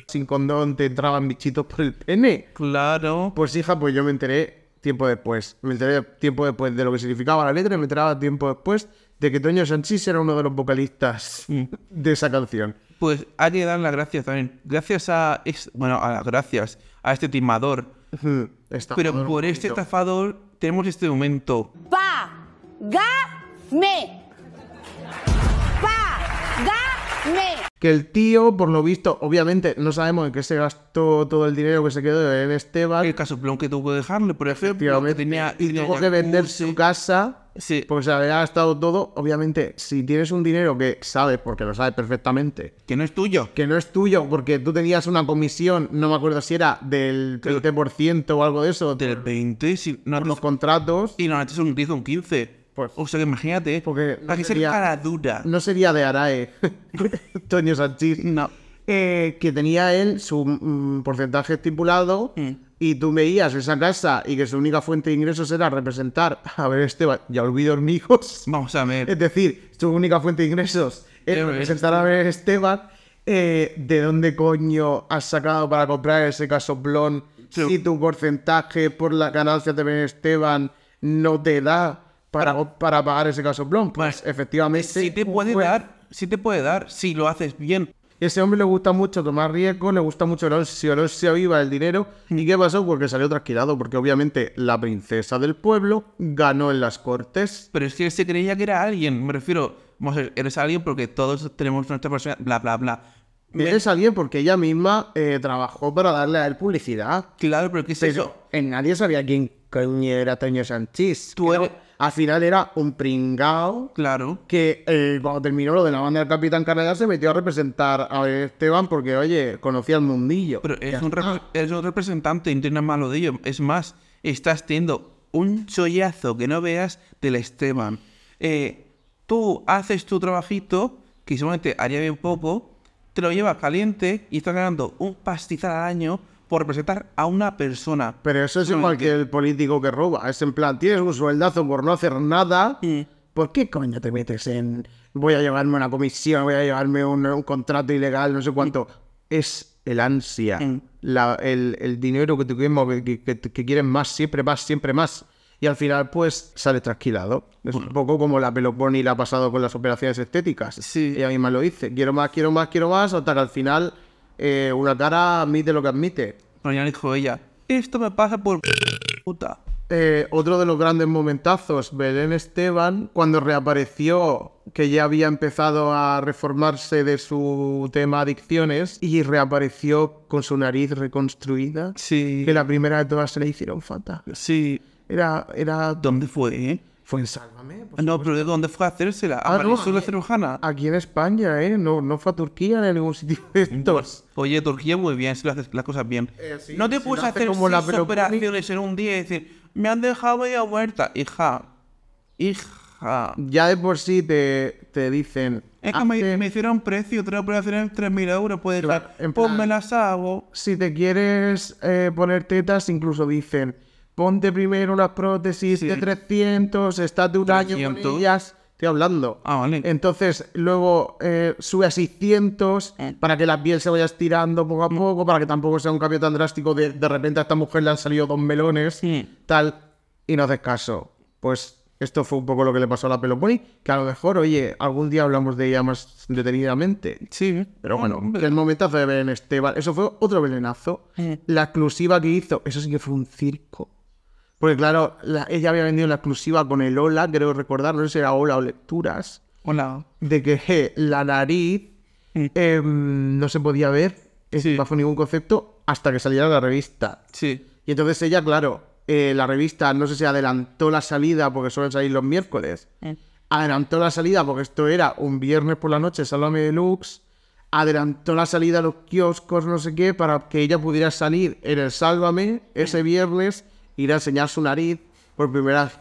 sin condón te entraban bichitos por el pene.
Claro.
Pues hija, pues yo me enteré tiempo después. Me enteré tiempo después de lo que significaba la letra y me enteraba tiempo después de que Toño Sanchis era uno de los vocalistas
Mm.
de esa canción.
Pues hay que dar las gracias también. Gracias a. es- bueno, a las gracias. A este timador.
Estafador
Pero por este
maldito.
estafador tenemos este momento.
Págame. Págame.
Que el tío, por lo visto, obviamente no sabemos en qué se gastó todo el dinero que se quedó en Esteban.
El casoplón que tuvo que dejarle, por ejemplo, que
Efectivamente,
tenía.
y tuvo que vender su casa pues
Sí.
porque se había gastado todo. Obviamente, si tienes un dinero que sabes, porque lo sabes perfectamente,
Que no es tuyo.
que no es tuyo porque tú tenías una comisión, no me acuerdo si era del 20% o algo de eso, de
Del 20, si no
los contratos,
Y no, este es un 10 o un 15.
Pues-
o sea que imagínate.
Porque no
Hay que ser
sería-
cara dura.
no sería de Arae, Toño Sanchís,
No.
Eh, que tenía él su mm, porcentaje estipulado y tú veías esa casa y que su única fuente de ingresos era representar, a ver Esteban, ya olvido hormigos.
Vamos a ver.
Es decir, su única fuente de ingresos es
Everest.
representar a ver Esteban. eh, ¿De dónde coño has sacado para comprar ese casoplón
Sí.
si tu porcentaje por las ganancias de Ben Esteban no te da para, para pagar ese casoplón? Pues
Vale.
efectivamente.
Si te puede
fue-
dar, si te puede dar, si lo haces bien.
Ese hombre le gusta mucho tomar riesgo, le gusta mucho el ocio, el ocio viva, el dinero.
Mm.
¿Y qué pasó? Porque salió trasquilado, porque obviamente la princesa del pueblo ganó en las cortes.
Pero es que él se creía que era alguien. Me refiero, vamos a ver, eres alguien porque todos tenemos nuestra persona, bla, bla, bla.
Eres alguien porque ella misma eh, trabajó para darle a él publicidad.
Claro, pero ¿qué es
Pero
eso?
eh, nadie sabía quién coño era Toño Sanchís.
Tú
Era-
eres-
Al final era un pringao
Claro.
que eh, cuando terminó lo de la banda del Capitán Canadá se metió a representar a Esteban porque, oye, conocía el mundillo.
Pero es un, rep- es un representante, no tiene nada malo de ello. Es más, estás teniendo un chollazo que no veas del Esteban. Eh, tú haces tu trabajito, que seguramente haría bien poco, te lo llevas caliente y estás ganando un pastizal al año por representar a una persona.
Pero eso es
No,
igual
que-
que el político que roba. Es en plan, tienes un sueldazo por no hacer nada.
Mm.
¿Por qué coño te metes en voy a llevarme una comisión, voy a llevarme un, un contrato ilegal, no sé cuánto? Es el ansia,
Mm.
la- el, el dinero que tú quieres mover, que, que- que quieres más, siempre más, siempre más. Y al final, pues, sales trasquilado. Es un poco como la Peloponi la ha pasado con las operaciones estéticas.
Sí.
Ella misma lo dice. Quiero más, quiero más, quiero más, hasta que al final eh, una cara admite lo que admite.
Pero ya le dijo ella, esto me pasa por puta.
Eh, otro de los grandes momentazos, Belén Esteban, cuando reapareció, que ya había empezado a reformarse de su tema adicciones, y reapareció con su nariz reconstruida,
Sí.
que la primera de todas se le hicieron fatal.
Sí.
Era, era...
¿Dónde fue, eh?
Fue en Sálvame, por
No, pero ¿de dónde fue a hacérsela? ¿A
Ah, no,
Marisol la
eh,
cirujana?
Aquí en España, ¿eh? No, no fue a Turquía ni a ningún sitio de estos.
Oye, Turquía muy bien, si lo haces las cosas bien.
Eh, sí,
no te
si
puedes
lo hace
hacer
como la
seis
Peloponi-
operaciones en un día y decir, me han dejado ya muerta. Hija, hija.
Ya de por sí te, te dicen...
Es que me,
"Hazte-
me hicieron precio, tres operaciones, 3.000 euros, puede
Claro,
estar.
en
Pues
plan-
me las hago.
si te quieres eh, poner tetas, incluso dicen, ponte primero unas prótesis
Sí.
de 300, estate un año con
300.
ellas. Estoy hablando.
Ah, vale.
Entonces, luego eh, sube a 600 para que la piel se vaya estirando poco a
Mm.
poco, para que tampoco sea un cambio tan drástico de de repente a esta mujer le han salido dos melones,
Sí.
tal, y no haces caso. Pues esto fue un poco lo que le pasó a la Peloponi, que a lo mejor, oye, algún día hablamos de ella más detenidamente.
Sí.
Pero bueno,
hombre.
el momentazo de Belén Esteban, eso fue otro belenazo. La exclusiva que hizo, eso sí que fue un circo. Porque claro, la- ella había vendido la exclusiva con el Ola, creo recordar, no sé si era Ola o Lecturas,
Hola.
de que je, la nariz em, no se podía ver es-
Sí.
bajo ningún concepto hasta que saliera la revista.
Sí.
Y entonces ella, claro, eh, la revista no sé si adelantó la salida porque suelen salir los miércoles. Adelantó la salida porque esto era un viernes por la noche, Salame Deluxe. Adelantó la salida a los kioscos, no sé qué, para que ella pudiera salir en el Sálvame ese viernes, ir a enseñar su nariz por primera vez.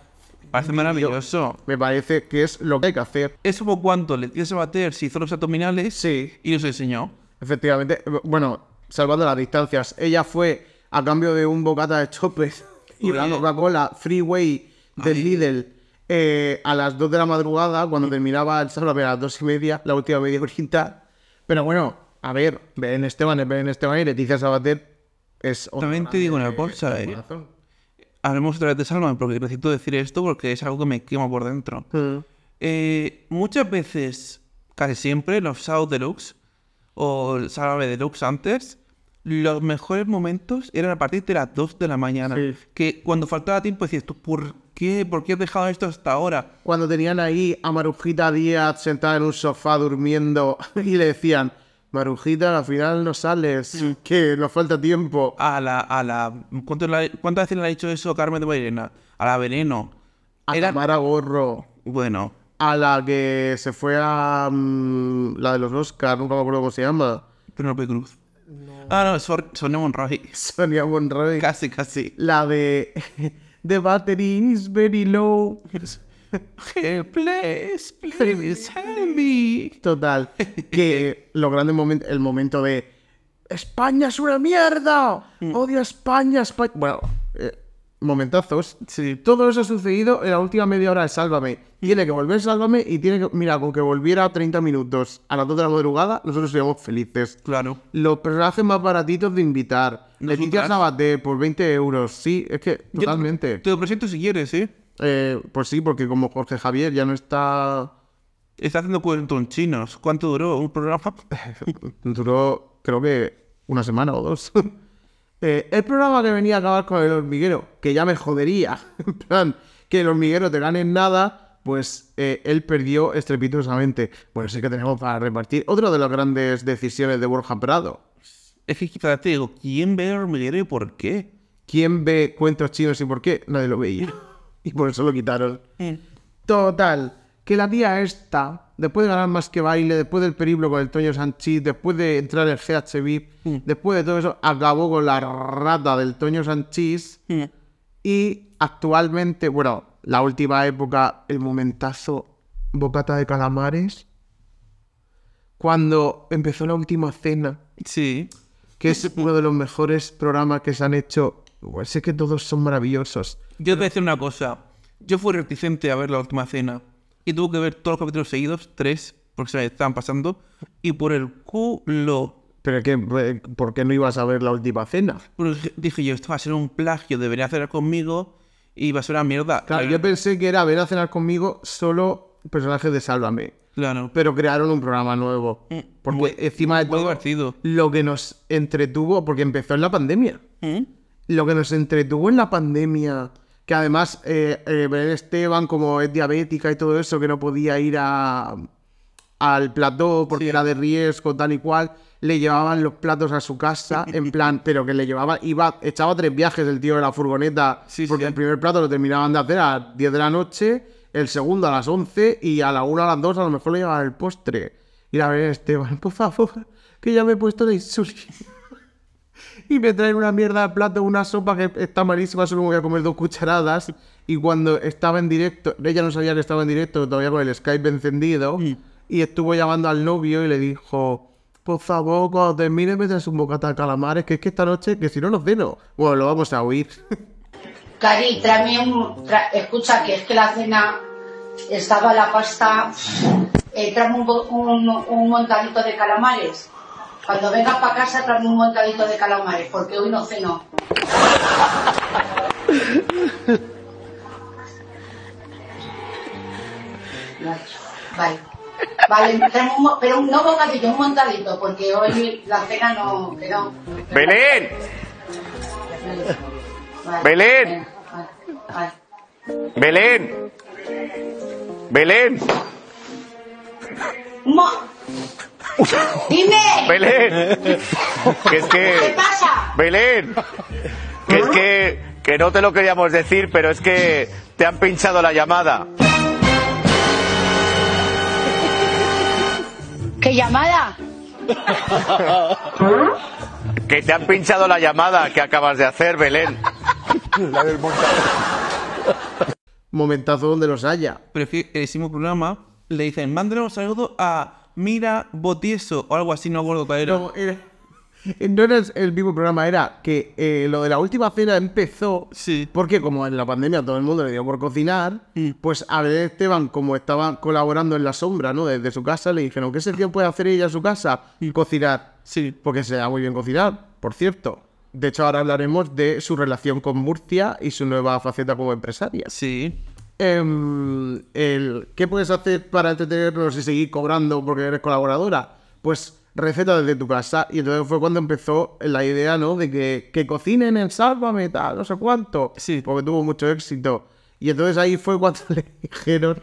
Parece maravilloso.
Me parece que es lo que hay que hacer.
Es como cuando le tienes a bater si hizo los abdominales
Sí.
y los enseñó.
Efectivamente, eh, bueno, salvando las distancias, ella fue a cambio de un bocata de chopes y una
Oye.
Coca-Cola Freeway del Lidl eh, a las 2 de la madrugada, cuando terminaba el sábado a las 2 y media, la última media horita. Pero bueno, a ver, Ben Esteban es Ben Esteban y Leticia Sabater es otra
También te digo
grande
una cosa,
de
eh.
corazón.
Hablemos otra vez de Salma, porque necesito decir esto porque es algo que me quema por dentro. Eh, muchas veces, casi siempre, los South Deluxe o el Sálvame Deluxe antes, los mejores momentos eran a partir de las 2 de la mañana.
Sí.
Que cuando faltaba tiempo decías, ¿tú por qué? ¿Por qué has dejado esto hasta ahora?
Cuando tenían ahí a Marujita Díaz sentada en un sofá durmiendo y le decían, Marujita, al final no sales, que nos falta tiempo.
A la. A la ¿cuánto le ha- ¿Cuántas veces le ha dicho eso Carmen de Bailena? A la Veneno.
A
Era-
Tamara Gorro.
Bueno,
A la que se fue a. mm, la de los Oscars, nunca me acuerdo cómo se llama.
Penelope Cruz. Ah, no, Sor- Sonia Monroy.
Sonia Monroy.
Casi, casi.
La de. The battery is very low.
Hey, please, please, help me.
Total. Que los grandes momentos. El momento de. ¡España es una mierda!
Mm.
¡Odio a España! Espa-". Bueno, eh, momentazos.
Sí. Mm.
Todo eso ha sucedido en la última media hora de Sálvame. Tiene que volver Sálvame y tiene que. Mira, con que volviera 30 minutos a las 2 de la madrugada, nosotros seríamos felices.
Claro.
Los personajes más baratitos de invitar.
No es un
Leticia
trash.
Sabater por 20 euros. Sí, es que
Yo te-
totalmente.
Te lo presento si quieres, ¿eh?
Eh, pues sí, porque como Jorge Javier ya no está.
Está haciendo cuentonchinos. ¿Cuánto duró un programa?
Duró, creo que, una semana o dos. Eh, el programa que venía a acabar con el hormiguero, que ya me jodería. En plan, que el hormiguero te gane en nada, pues eh, él perdió estrepitosamente. Bueno, sí que tenemos para repartir. Otra de las grandes decisiones de Borja Prado.
Es que quizás te digo, ¿quién ve el hormiguero y por qué?
¿Quién ve cuentos chinos y por qué? Nadie lo veía. Y por eso lo quitaron. Total, que la tía esta, después de ganar más que baile, después del periplo con el Toño Sanchís, después de entrar en GHB, después de todo eso, acabó con la rata del Toño Sanchís. Y actualmente, bueno, la última época, el momentazo bocata de calamares. Cuando empezó la última cena
Sí.
que es uno de los mejores programas que se han hecho. Bueno, sé que todos son maravillosos.
Yo te voy a decir una cosa. Yo fui reticente a ver la última cena. Y tuve que ver todos los capítulos seguidos, tres, porque se me estaban pasando. Y por el culo.
Pero que, eh, ¿por qué no ibas a ver la última cena?
Porque dije yo, esto va a ser un plagio, debería hacer conmigo. Y va a ser una mierda.
Claro, yo pensé que era ver a cenar conmigo solo personajes de Sálvame.
Claro.
Pero crearon un programa nuevo.
Mm,
Porque
muy-
encima de
muy
todo,
divertido.
lo que nos entretuvo, porque empezó en la pandemia.
¿Eh?
Lo que nos entretuvo en la pandemia, que además eh, eh, Belén Esteban, como es diabética y todo eso, que no podía ir a, al plató porque
Sí.
era de riesgo, tal y cual, le llevaban los platos a su casa, en plan, pero que le llevaban, iba, echaba tres viajes el tío de la furgoneta,
Sí,
porque
sí.
el primer plato lo terminaban de hacer a las 10 de la noche, el segundo a las 11 y a la 1 a las 2 a lo mejor le llevaban el postre. Y la Belén Esteban, por favor, que ya me he puesto de insulina. Y me traen una mierda de plato, una sopa que está malísima, solo me voy a comer dos cucharadas. Y cuando estaba en directo, ella no sabía que estaba en directo, todavía con el Skype encendido, y estuvo llamando al novio y le dijo, por favor, cuando termine, me traes un bocata de calamares, que es que esta noche, que si no nos ceno. Bueno, lo vamos a oír.
Cari, tráeme un... tra- escucha, que es que la cena estaba la pasta... Eh, tráeme un, bo- un, un montadito de calamares. Cuando vengas para casa, tráeme un montadito de calamares, porque hoy no ceno. Vale, Vale, Vale, tráeme un mo- pero un- no bocadillo, un montadito, porque hoy la cena no... que no-
¡Belén!
Vale,
Belén.
venga, vale, vale.
¡Belén! ¡Belén!
Mo- Dime,
¡Belén! Que es
¿qué
que...
pasa?
¡Belén! Que es que... Que no te lo queríamos decir, pero es que te han pinchado la llamada.
¿Qué llamada?
Que te han pinchado la llamada que acabas de hacer, Belén.
momentazo donde los haya.
Pero es que en el mismo programa le dicen, mándale un saludo a Mira Botieso o algo así, no acuerdo cuál era.
No, era, no era el mismo programa, era que eh, lo de la última cena empezó
Sí.
porque como en la pandemia todo el mundo le dio por cocinar,
Mm.
pues a Belén Esteban, como estaba colaborando en la sombra, ¿no? Desde su casa, le dijeron, ¿qué sección puede hacer ella en su casa?
Mm.
Cocinar.
Sí.
Porque se da muy bien cocinar, por cierto. De hecho, ahora hablaremos de su relación con Murcia y su nueva faceta como empresaria.
Sí.
Em, el, ¿Qué puedes hacer para entretenernos y seguir cobrando porque eres colaboradora? Pues receta desde tu casa. Y entonces fue cuando empezó la idea, ¿no? De que, que cocinen en Sálvame, tal, no sé cuánto.
Sí.
Porque tuvo mucho éxito. Y entonces ahí fue cuando le dijeron,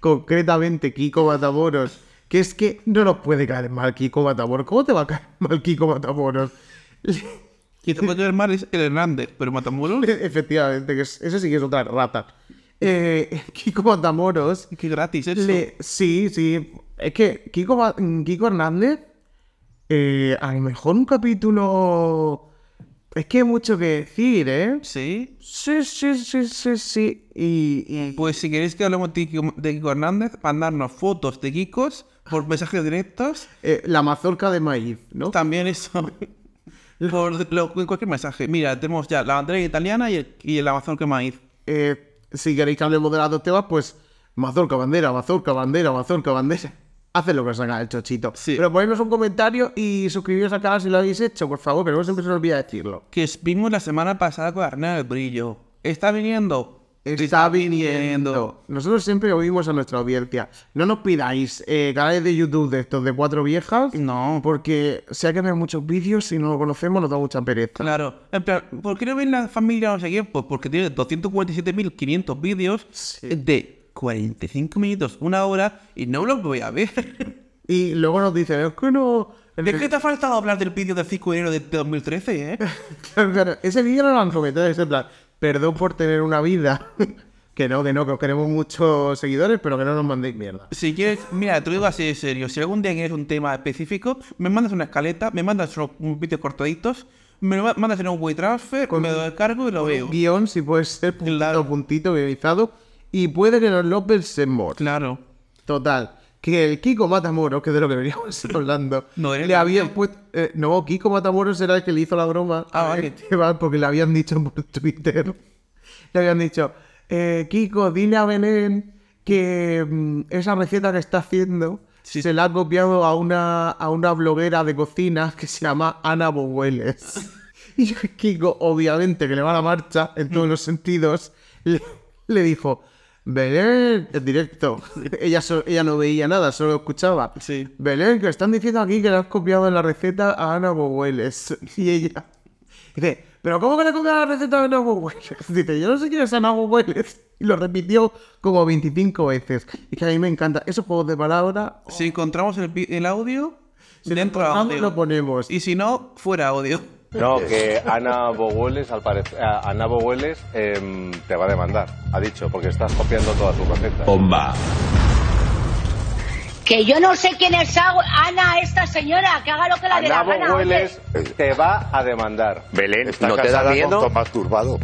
concretamente, Kiko Matamoros, que es que no nos puede caer mal Kiko Matamoros. ¿Cómo te va a caer mal Kiko Matamoros?
Quien te puede ver mal es el Hernández, pero Matamoros,
Efectivamente, que es- ese sí que es otra rata. Eh, Kiko Matamoros
qué gratis eso.
Le- sí, sí. Es que Kiko, Va- Kiko Hernández, eh, a lo mejor un capítulo... Es que hay mucho que decir, ¿eh?
Sí.
Sí, sí, sí, sí, sí. Mm. Y, y-
Pues si queréis que hablemos de Kiko, de Kiko Hernández, mandarnos fotos de Kikos por mensajes directos.
eh, la mazorca de maíz, ¿no?
También eso. por lo- cualquier mensaje. Mira, tenemos ya la bandera italiana y el, y el amazonca maíz.
Eh, si queréis que hablemos de las dos temas, pues mazorca, bandera, mazorca, bandera, mazorca, bandera. Haced lo que os haga el chochito.
Sí.
Pero ponednos un comentario y suscribiros al canal si lo habéis hecho, por favor, que luego siempre se nos olvida decirlo.
Que vimos la semana pasada con Arnaldo del Brillo. ¿Está viniendo?
Está viniendo. Nosotros siempre oímos a nuestra audiencia. No nos pidáis eh, canales de YouTube de estos de cuatro viejas,
No,
porque si hay que ver muchos vídeos, si no lo conocemos, nos da mucha pereza.
Claro, en plan, ¿por qué no ven la familia no sé quién? Pues porque tiene 247.500 vídeos
Sí.
de 45 minutos, una hora, y no los voy a ver.
Y luego nos dicen, es que no.
¿De qué te ha faltado hablar del vídeo del 5 de enero de 2013, eh?
Claro, claro, Ese vídeo no lo han comentado, es en plan, perdón por tener una vida. que no, que no, que os queremos muchos seguidores, pero que no nos mandéis mierda.
Si quieres, mira, te lo digo así de serio, si algún día quieres un tema específico, me mandas una escaleta, me mandas unos unos vídeos cortaditos, me lo ma- mandas en un WeTransfer,
Con-
me lo descargo y lo veo.
Guión, si puede ser, puntito,
Claro.
puntito, guionizado. Y puede que nos lo pensemos.
Claro.
Total. Que el Kiko Matamoros, que es de lo que veníamos hablando,
No, era
le
el-
habían puesto. eh, no, Kiko Matamoros era el que le hizo la broma.
Ah,
a
vale.
Esteban, porque le habían dicho por Twitter. Le habían dicho, eh, Kiko, dile a Belén que mm, esa receta que está haciendo
Sí.
se la ha copiado a una, a una bloguera de cocina que se llama Ana Bogueles. y Kiko, obviamente, que le va a la marcha en
Mm.
todos los sentidos, le, le dijo, Belén, en directo. ella, so- ella no veía nada, solo escuchaba.
Sí.
Belén, que están diciendo aquí que le has copiado la receta a Ana Bogueles. Y ella... Dice, ¿pero cómo que le copiado la receta de Nago Welles? Dice, yo no sé quién es Nago Welles. Y lo repitió como 25 veces. Y que a mí me encanta. Esos juegos de palabras
Si encontramos el, vi- el audio, dentro del
vamos,
audio.
Oh. lo ponemos.
Y si no, fuera audio.
No, que Ana Bogueles, al parecer, a- Ana Bogueles em, te va a demandar, ha dicho, porque estás copiando todas tus recetas.
Que yo no sé quién es Agu- Ana, esta señora, que haga lo que la dé la
Ana
gana.
Bogueles te va a demandar.
Belén,
Está
¿no te da
casada con
miedo?
Tomás Turbado.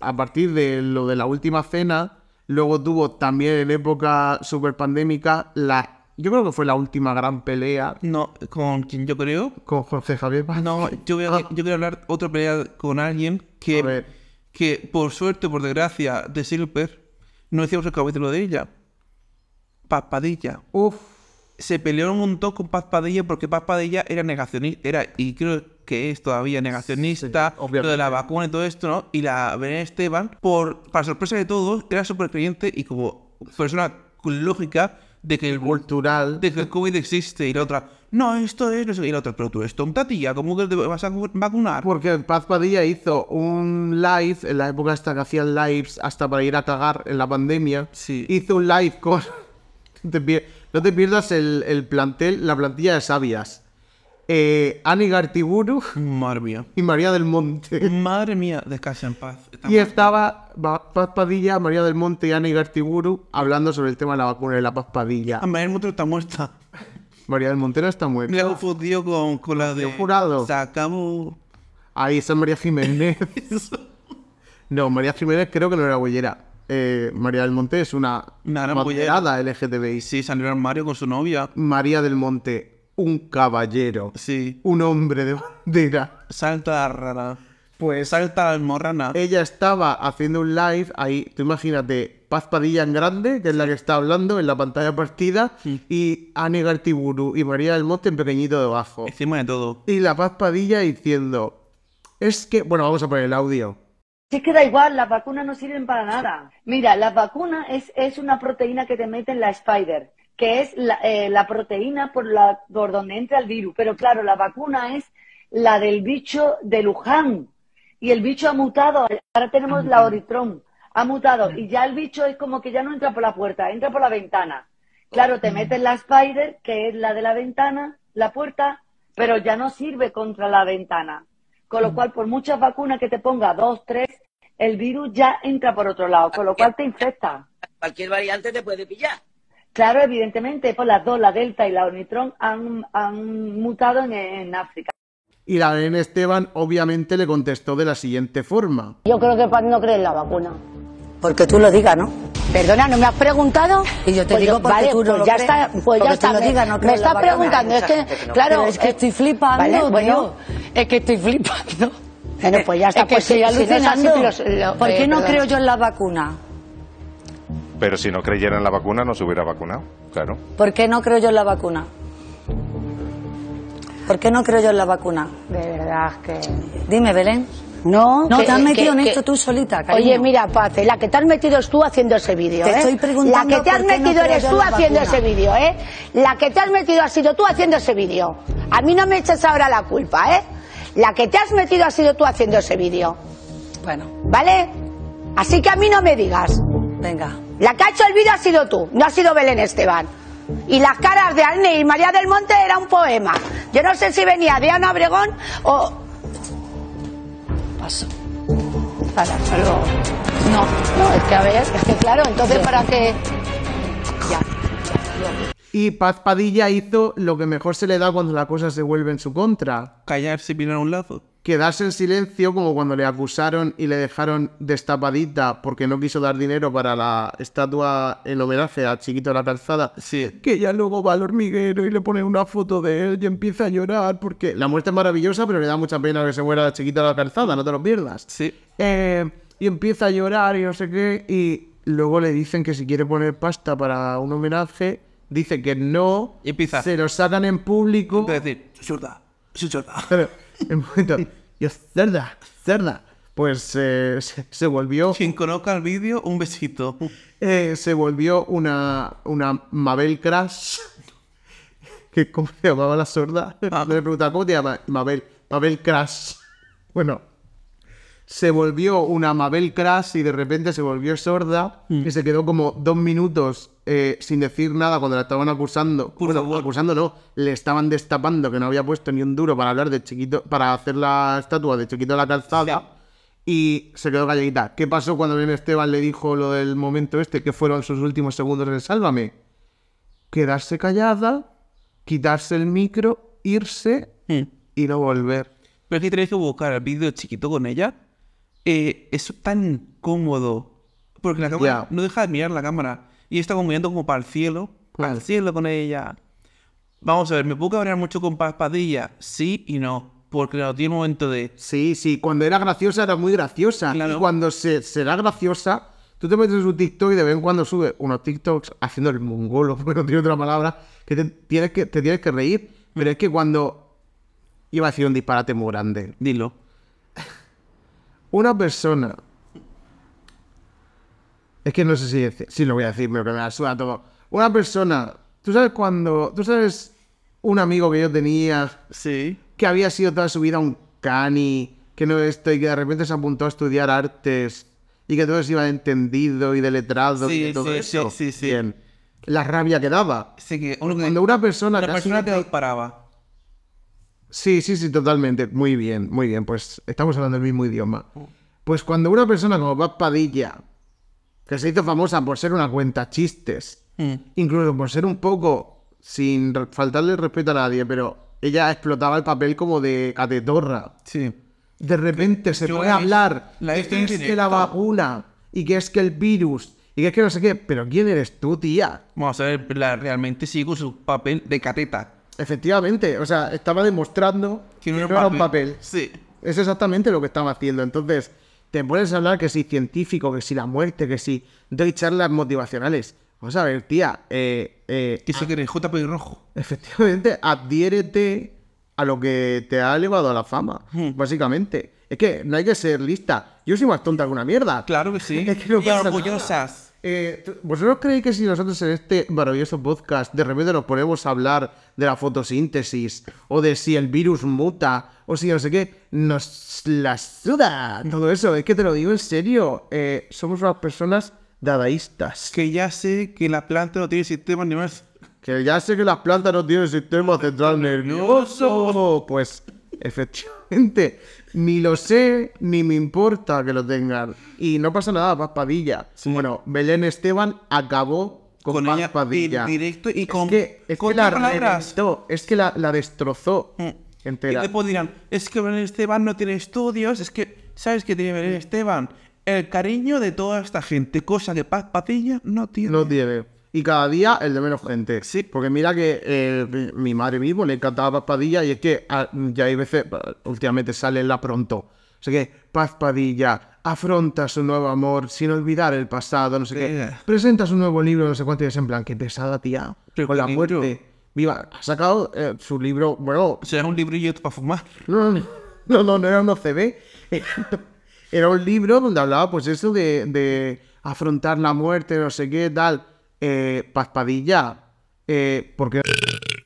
a partir de lo de la última cena, luego tuvo también en época super pandémica la... Yo creo que fue la última gran pelea
No, con quien yo creo.
con José Javier Paz.
No, yo, voy a- yo quiero hablar otra pelea con alguien
ah. A ver.
que, que por suerte o por desgracia de Silver, no hicimos el capítulo de ella. Paspadilla.
Uf,
Se peleó un montón con Paspadilla porque Paspadilla era negacionista, era, y creo que es todavía negacionista,
Sí,
lo
obviamente.
de la vacuna y todo esto, ¿no? Y la Belén Esteban, por, para sorpresa de todos, era súper creyente y como persona con lógica de que el
cultural.
de que el COVID existe y la otra, no, esto es, no sé qué", y la otra, pero tú eres tonta tía, ¿cómo que te vas a vacu- vacunar?
Porque Paz Padilla hizo un live, en la época hasta que hacían lives hasta para ir a cagar en la pandemia.
Sí.
Hizo un live con... No te pier- no te pierdas el, el plantel, la plantilla de sabias. Eh, Ani Gartiburu
Madre mía.
y María del
Mm.
Monte.
Madre mía, descansa en paz. Está
Y estaba Va- Paz Padilla, María del Monte y Ani Gartiburu hablando sobre el tema de la vacuna de la Paz Padilla.
muerta. María del Monte Ah, está muerta.
María del Montero está muerta.
Me la confundió con, con la de...
Jurado.
Sacamos...
Ahí está María Jiménez. no, María Jiménez creo que no era huellera. eh, María del Monte es una
Una gran
moderada LGTBI.
Sí, salió al Mario con su novia.
María del Monte, un caballero,
Sí.
un hombre de bandera.
Salta la rara.
Pues
Salta la almorrana.
ella estaba haciendo un live ahí, tú imagínate, Paz Padilla en grande, que es la que está hablando en la pantalla partida, y Anne Gartiburu y María del Monte en pequeñito debajo.
Encima de todo.
Y la Paz Padilla diciendo, es que, bueno, vamos a poner el audio.
Si es que da igual, las vacunas no sirven para nada. Mira, la vacuna es, es una proteína que te mete en la Spider, que es la, eh, la proteína por, la, por donde entra el virus. Pero claro, la vacuna es la del bicho de Luján. Y el bicho ha mutado. Ahora tenemos la Oritron. Ha mutado. Y ya el bicho es como que ya no entra por la puerta, entra por la ventana. Claro, te meten la Spider, que es la de la ventana, la puerta, pero ya no sirve contra la ventana. Con lo cual, por muchas vacunas que te ponga, dos, tres, el virus ya entra por otro lado, con lo cual te infecta.
Cualquier variante te puede pillar.
Claro, evidentemente, pues las dos, la Delta y la Omicron, han, han mutado en, en África.
Y la Belén Esteban obviamente le contestó de la siguiente forma.
Yo creo que Paz no cree en la vacuna. Porque tú lo digas, ¿no? Perdona, ¿no me has preguntado? Y yo te digo porque tú no lo ya
crees.
Está, pues ya
Porque tú
está,
lo
me,
digas, no creo
me
en la
estás
vacuna.
preguntando,
Hay
es
mucha
que,
gente que no
claro... eh,
cree. Pero es que
estoy flipando,
tío.
es que estoy flipando. Bueno, pues ya está,
Es que
pues si-
estoy
si no es
alucinando.
así, los- lo-
¿Por
eh,
qué no
perdón.
creo yo en la vacuna?
Pero si no creyera en la vacuna, no se hubiera vacunado, claro.
¿Por qué no creo yo en la vacuna? ¿Por qué no creo yo en la vacuna?
De verdad que...
Dime, Belén.
No,
No,
que-
te has
que-
metido en
que-
esto tú solita, cariño.
Oye, mira, Paz, la que te has metido es tú haciendo ese vídeo,
Te
¿eh?
estoy
La
preguntando
que te has
por qué no
metido
creo yo
eres
en
tú
la
haciendo
vacuna.
ese vídeo, ¿eh? La que te has metido has sido tú haciendo ese vídeo. A mí no me eches ahora la culpa, ¿eh? La que te has metido ha sido tú haciendo ese vídeo,
Bueno,
¿vale? Así que a mí no me digas.
venga.
La que ha hecho el vídeo ha sido tú, no ha sido Belén Esteban. Y las caras de Alne y María del Monte era un poema. Yo no sé si venía de Ana Obregón o...
Paso.
Para, hasta luego. No, no, es que a ver, es que claro, entonces para qué...
Y Paz Padilla hizo lo que mejor se le da cuando la cosa se vuelve en su contra.
Callarse y mirar a un lado.
Quedarse en silencio como cuando le acusaron y le dejaron destapadita porque no quiso dar dinero para la estatua en homenaje a Chiquito de la Calzada.
Sí.
Que ella luego va al hormiguero y le pone una foto de él y empieza a llorar porque la muerte es maravillosa pero le da mucha pena que se muera Chiquito de la Calzada, no te lo pierdas.
Sí.
Eh, y empieza a llorar y no sé qué. Y luego le dicen que si quiere poner pasta para un homenaje, dice que no.
Y empieza.
Se lo sacan en público.
Es decir, soy chorda. Soy chorda.
Pero, en momento, yo, cerda, cerda. Pues eh, se, se volvió.
Quien conozca el vídeo, un besito.
eh, se volvió una, una Mabel Crash. Que, ¿Cómo se llamaba la sorda?
Ah.
Le preguntaba, ¿cómo te llamas? Mabel. Mabel Crash. Bueno, se volvió una Mabel Crash y de repente se volvió sorda
Mm.
y se quedó como dos minutos eh, sin decir nada cuando la estaban acusando.
Por
bueno,
favor.
acusando no, le estaban destapando que no había puesto ni un duro para hablar de chiquito, para hacer la estatua de chiquito de la calzada. Y se quedó calladita. ¿Qué pasó cuando Ben Esteban le dijo lo del momento este, que fueron sus últimos segundos en Sálvame? Quedarse callada, quitarse el micro, irse
Mm.
y no volver.
Pero es que tenéis que buscar el vídeo chiquito con ella. Eh, eso es tan incómodo. Porque la cámara
Ya.
no deja de mirar la cámara. Y está como mirando como para el cielo. Para el cielo con ella. Vamos a ver, ¿me puedo cabrear mucho con Paz Padilla? Sí y no. Porque claro, tiene un momento de...
Sí, sí, cuando era graciosa era muy graciosa.
Claro.
Y cuando se, será graciosa, tú te metes en su TikTok y de vez en cuando sube unos TikToks haciendo el mongolo, porque no tiene otra palabra, que te tienes que, te tienes que reír. Pero es que cuando. Iba a decir un disparate muy grande.
Dilo.
Una persona. Es que no sé si, deci- si lo voy a decir, pero que me la suda todo. Una persona. Tú sabes cuando. Tú sabes un amigo que yo tenía
Sí.
que había sido toda su vida un cani, que no esto, y que de repente se apuntó a estudiar artes, y que todo se iba de entendido y de letrado,
Sí,
y de todo
sí,
eso.
sí, sí, sí.
Bien. La rabia que daba.
Así que uno que-
Cuando una persona...
una
que ha
persona
sido-
te disparaba.
Sí, sí, sí, totalmente. Muy bien, muy bien. Pues estamos hablando el mismo idioma. Pues cuando una persona como Paz Padilla, que se hizo famosa por ser una cuenta chistes,
Mm.
incluso por ser un poco, sin re- faltarle respeto a nadie, pero ella explotaba el papel como de catetorra.
Sí.
De repente se
Yo
puede
la he
hablar
visto- la he
de
visto
que
en
es que
directo.
la vacuna y que es que el virus y que es que no sé qué, pero ¿quién eres tú, tía?
Vamos a ver, la- realmente sigo su papel de cateta.
Efectivamente, o sea, estaba demostrando que no, era un papel.
Sí.
Es exactamente lo que estaba haciendo. Entonces, te pones a hablar que si científico, que si la muerte, que si doy charlas motivacionales. Vamos a ver, tía. Eh, eh,
Eso que eres JP Rojo.
Efectivamente, adhiérete a lo que te ha elevado a la fama,
Hmm.
básicamente. Es que no hay que ser lista. Yo soy más tonta que una mierda.
Claro que sí.
Es que no
y
pasa nada.
orgullosas.
Eh, t- ¿Vosotros creéis que si nosotros en este maravilloso podcast de repente nos ponemos a hablar de la fotosíntesis o de si el virus muta o si no sé qué, nos la suda todo eso? Es que te lo digo en serio, eh, somos unas personas dadaístas.
Que ya sé que la planta no tiene sistema ni más.
Que ya sé que las plantas no tienen sistema central nervioso. Pues efectivamente, ni lo sé ni me importa que lo tengan. Y no pasa nada, Paz Padilla. Bueno, Belén Esteban acabó con,
Con
Paz
ella en
Padilla.
directo y
Es
con-
que, es
con
que la
tus palabras. Mm.
reventó, es que la, la destrozó
Y
entera.
después dirán, es que Belén Esteban no tiene estudios, es que, ¿sabes qué tiene Belén Esteban? El cariño de toda esta gente, cosa que Paz Patilla no tiene.
No tiene. Y cada día el de menos gente. Sí. Porque mira que eh, mi- mi madre mismo le encantaba Paz Padilla y es que ah, ya hay veces, bah, últimamente sale la pronto. O sea que Paz Padilla afronta su nuevo amor sin olvidar el pasado, no sé qué.
Sí.
Presenta su nuevo libro, no sé cuánto, y es en plan, qué pesada, tía. con la muerte. Viva, ha sacado eh, su libro, bueno...
Será un librillo para fumar.
No, no, no, no, no era un OCB. Era un libro donde hablaba, pues, eso de, de afrontar la muerte, no sé qué, tal. Eh, paspadilla. Eh, porque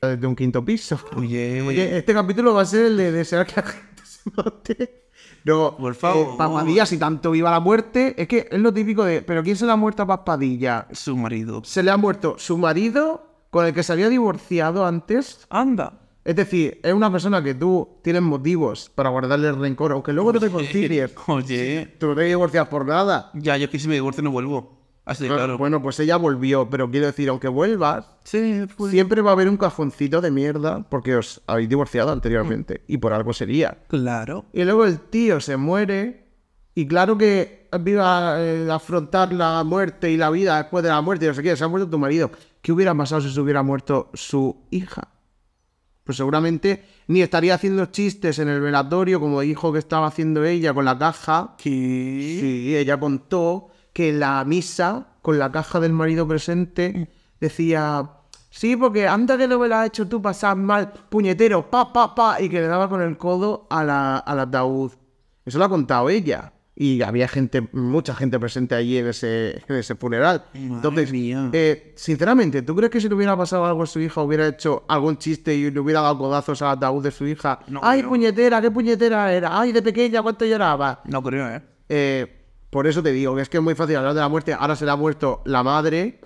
desde un quinto piso.
Oye,
Oye, este capítulo va a ser el de desear que la gente se mate. No, por
favor.
Paspadilla, si tanto viva la muerte, es que es lo típico de, ¿pero quién se le ha muerto a Paspadilla?
Su marido.
Se le ha muerto su marido con el que se había divorciado antes.
Anda.
Es decir, es una persona que tú tienes motivos para guardarle rencor, aunque luego no te concilies.
Oye,
Tú no te divorcias por nada.
ya, yo que si me divorcio no vuelvo. Así de claro.
Bueno, pues ella volvió, pero quiero decir, aunque vuelvas,
Pues
siempre va a haber un cajoncito de mierda porque os habéis divorciado anteriormente y por algo sería.
Claro.
Y luego el tío se muere y claro que viva eh, afrontar la muerte y la vida después de la muerte y no sé qué, se ha muerto tu marido. ¿Qué hubiera pasado si se hubiera muerto su hija? Pues seguramente ni estaría haciendo chistes en el velatorio como dijo que estaba haciendo ella con la caja. Sí, ella contó que en la misa con la caja del marido presente decía... Sí, porque anda que no me la has hecho tú pasar mal, puñetero, pa, pa, pa, y que le daba con el codo a la, al ataúd. Eso lo ha contado ella. Y había gente, mucha gente presente allí en ese, en ese funeral. Entonces, eh, sinceramente, ¿tú crees que si le hubiera pasado algo a su hija, hubiera hecho algún chiste y le hubiera dado codazos al ataúd de su hija? ¡Ay, puñetera, qué puñetera era! ¡Ay, de pequeña, cuánto lloraba!
No creo, ¿eh?
Eh, por eso te digo que es que es muy fácil hablar de la muerte. Ahora se le ha muerto la madre.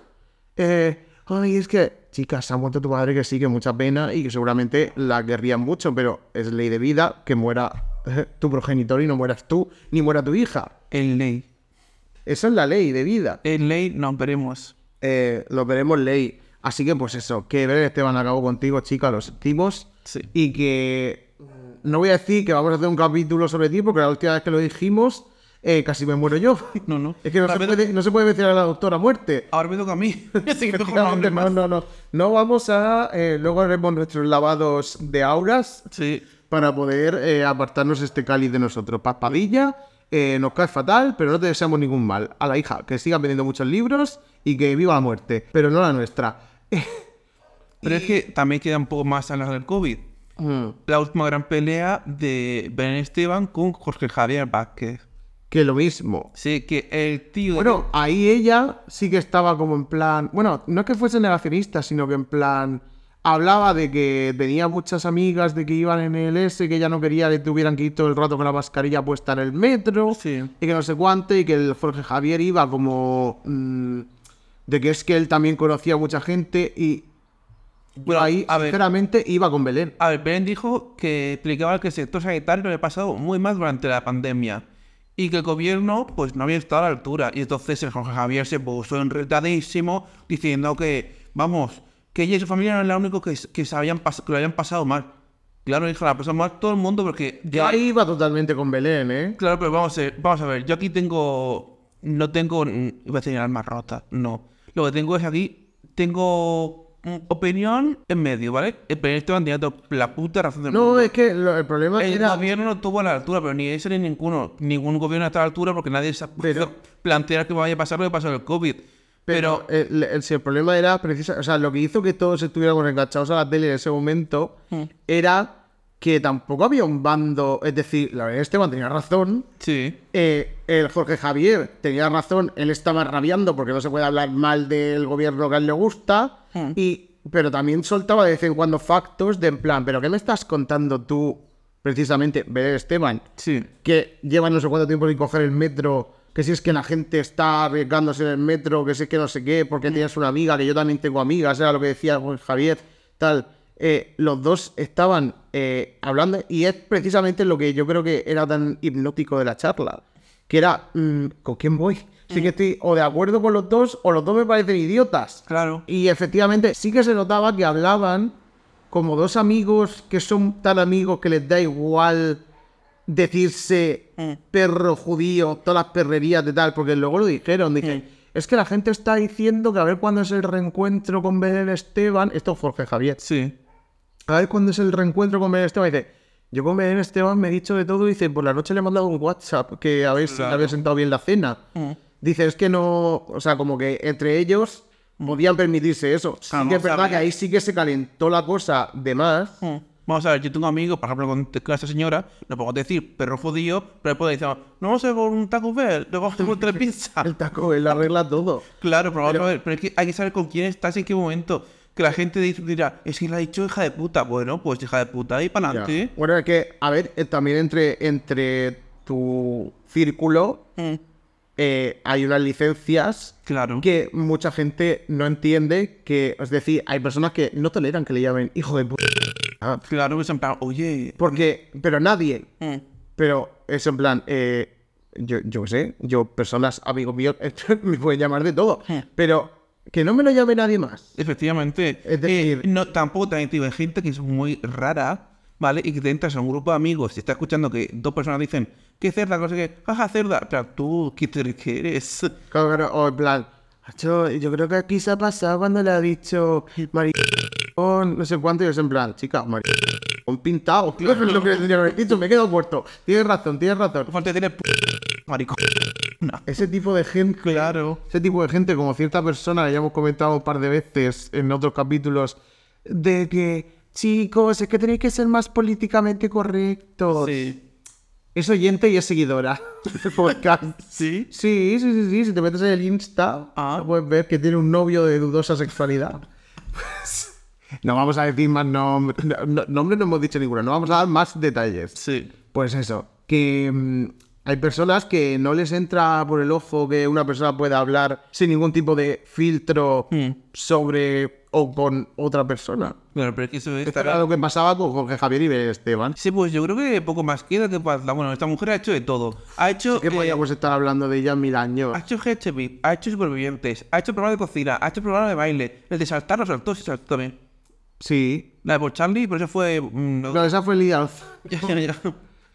Eh, ay, es que, chicas, se ha muerto tu madre, que sí, que mucha pena y que seguramente la querrían mucho, pero es ley de vida que muera eh, tu progenitor y no mueras tú, ni muera tu hija.
En ley.
Esa es la ley de vida.
En ley nos veremos.
Eh, lo veremos ley. Así que, pues eso, que ver Esteban acabó contigo, chica, los sentimos. Y que mm, no voy a decir que vamos a hacer un capítulo sobre ti, porque la última vez que lo dijimos, eh, casi me muero yo.
No, no.
Es que no se, puede, no se puede mencionar a la doctora muerte.
Ahora me toca a mí. Así que mejor no
Efectivamente,
hable
no,
más.
no, no. No vamos a. eh, luego haremos nuestros lavados de auras para poder eh, apartarnos este cáliz de nosotros. Paspadilla, eh, nos cae fatal, pero no te deseamos ningún mal. A la hija, que sigan vendiendo muchos libros y que viva la muerte, pero no la nuestra.
Pero es que también queda un poco más a las del COVID. La última gran pelea de Belén Esteban con Jorge Javier Vázquez.
Que lo mismo.
Sí, que el tío.
Bueno, ahí ella sí que estaba como en plan. Bueno, no es que fuese negacionista, sino que en plan. Hablaba de que tenía muchas amigas, de que iban en el S, que ella no quería que tuvieran que ir todo el rato con la mascarilla puesta en el metro, y que no sé cuánto, y que el Jorge Javier iba como. mm, de que es que él también conocía a mucha gente, y. Bueno, ahí, sinceramente, iba con Belén.
A ver, Belén dijo que explicaba que el sector sanitario le ha pasado muy mal durante la pandemia y que el gobierno pues no había estado a la altura. Y entonces el Jorge Javier se puso enredadísimo diciendo que, vamos, que ella y su familia eran los únicos que, s- que, se habían pas- que lo habían pasado mal. Claro, hija, la pasó mal todo el mundo porque...
Ahí iba totalmente con Belén, ¿eh?
Claro, pero vamos a ver, vamos a ver yo aquí tengo no tengo, mm, iba a decir alma rota, no. Lo que tengo es aquí, tengo mm, opinión en medio, ¿vale? El primer Esteban tenía to- la puta razón del
No,
mundo.
es que lo- el problema
El
era.
gobierno no estuvo a la altura, pero ni ese ni ninguno. Ningún gobierno está a la altura porque nadie se ha podido plantear que vaya a pasar lo que pasó en el COVID.
Pero, el, el- si el problema era precisa, o sea, lo que hizo que todos estuviéramos enganchados a la tele en ese momento era que tampoco había un bando, es decir, la verdad Esteban tenía razón. eh,
Sí.
el Jorge Javier tenía razón, él estaba rabiando porque no se puede hablar mal del gobierno que a él le gusta. Y, pero también soltaba de vez en cuando factos de en plan, pero ¿qué me estás contando tú precisamente, Belén Esteban?
Sí.
Que lleva no sé cuánto tiempo sin coger el metro, que si es que la gente está arriesgándose en el metro, que si es que no sé qué, porque tienes una amiga, que yo también tengo amigas, era lo que decía pues, Javier, tal. Eh, los dos estaban eh, hablando y es precisamente lo que yo creo que era tan hipnótico de la charla, que era, mm, ¿con quién voy? Sí que estoy o de acuerdo con los dos o los dos me parecen idiotas.
Claro.
Y efectivamente sí que se notaba que hablaban como dos amigos que son tan amigos que les da igual decirse perro judío, todas las perrerías de tal, porque luego lo dijeron, dije, es que la gente está diciendo que a ver cuándo es el reencuentro con Belén Esteban, esto es Jorge Javier.
Sí.
A ver cuándo es el reencuentro con Belén Esteban, dice, yo con Belén Esteban me he dicho de todo, dice, por la noche le he mandado un WhatsApp que habéis,
Claro.
habéis sentado bien la cena. Dice, es que no, o sea, como que entre ellos podían permitirse eso. Sí
Vamos
que es
a
verdad
ver.
que ahí sí que se calentó la cosa de más.
Mm. Vamos a ver, yo tengo amigos, por ejemplo, con, con esta señora, no podemos decir perro judío, pero después decimos, no vamos a ir por un taco Bell, no vamos a ir por tres pizzas.
El taco Bell arregla todo.
Claro, pero vamos a ver, pero es que hay que saber con quién estás y en qué momento. Que la gente di- dirá, es que le ha dicho hija de puta. Bueno, pues hija de puta, y para
Ya.
adelante.
Bueno, es que, a ver, eh, también entre, entre tu círculo eh, hay unas licencias que mucha gente no entiende que, es decir, hay personas que no toleran que le llamen hijo de puta.
Claro, es en plan, oye.
Porque, pero nadie. Pero es en plan, eh, yo, yo qué sé, yo, personas, amigos míos, me pueden llamar de todo. Pero que no me lo llame nadie más.
Efectivamente.
Es decir,
Eh, no, tampoco también te digo, hay gente que es muy rara, ¿vale? Y que te entras a un grupo de amigos y está escuchando que dos personas dicen, ¿qué cerda? Cosa que, jaja, cerda. Pero tú, ¿qué te qué eres?
Claro, claro, o en plan, "Acho, yo creo que aquí se ha pasado cuando le ha dicho mari- con no sé cuánto, y es en plan, chica, mari- con pintado, claro, es lo que le tendría que haber dicho, me he quedado muerto. Tienes razón, tienes razón.
Falta tiene maricón.
Ese tipo de gente,
claro.
Ese tipo de gente, como cierta persona, que ya hemos comentado un par de veces en otros capítulos, de que, chicos, es que tenéis que ser más políticamente correctos.
Sí.
Es oyente y es seguidora del podcast.
¿Sí?
Sí, sí, sí, sí. Si te metes en el Insta, puedes ver que tiene un novio de dudosa sexualidad. Pues, no vamos a decir más nombres. No, no- nombres no hemos dicho ninguno. No vamos a dar más detalles.
Sí.
Pues eso. Que mm, hay personas que no les entra por el ojo que una persona pueda hablar sin ningún tipo de filtro sobre o con otra persona.
Claro, pero es que eso es...
Esto era lo que pasaba con Jorge Javier y Belén Esteban.
Sí, pues yo creo que poco más queda que para... Bueno, esta mujer ha hecho de todo. Ha hecho...
Que
eh, ah,
podíamos estar hablando de ella mil años.
Ha hecho GHB, ha hecho supervivientes, ha hecho programas de cocina, ha hecho programas de baile. El de saltar lo saltó, sí saltó también.
Sí.
La de por Charlie, pero eso fue... mm, no-
Claro, esa fue Lidia Alonso.
Ya, ya, ya.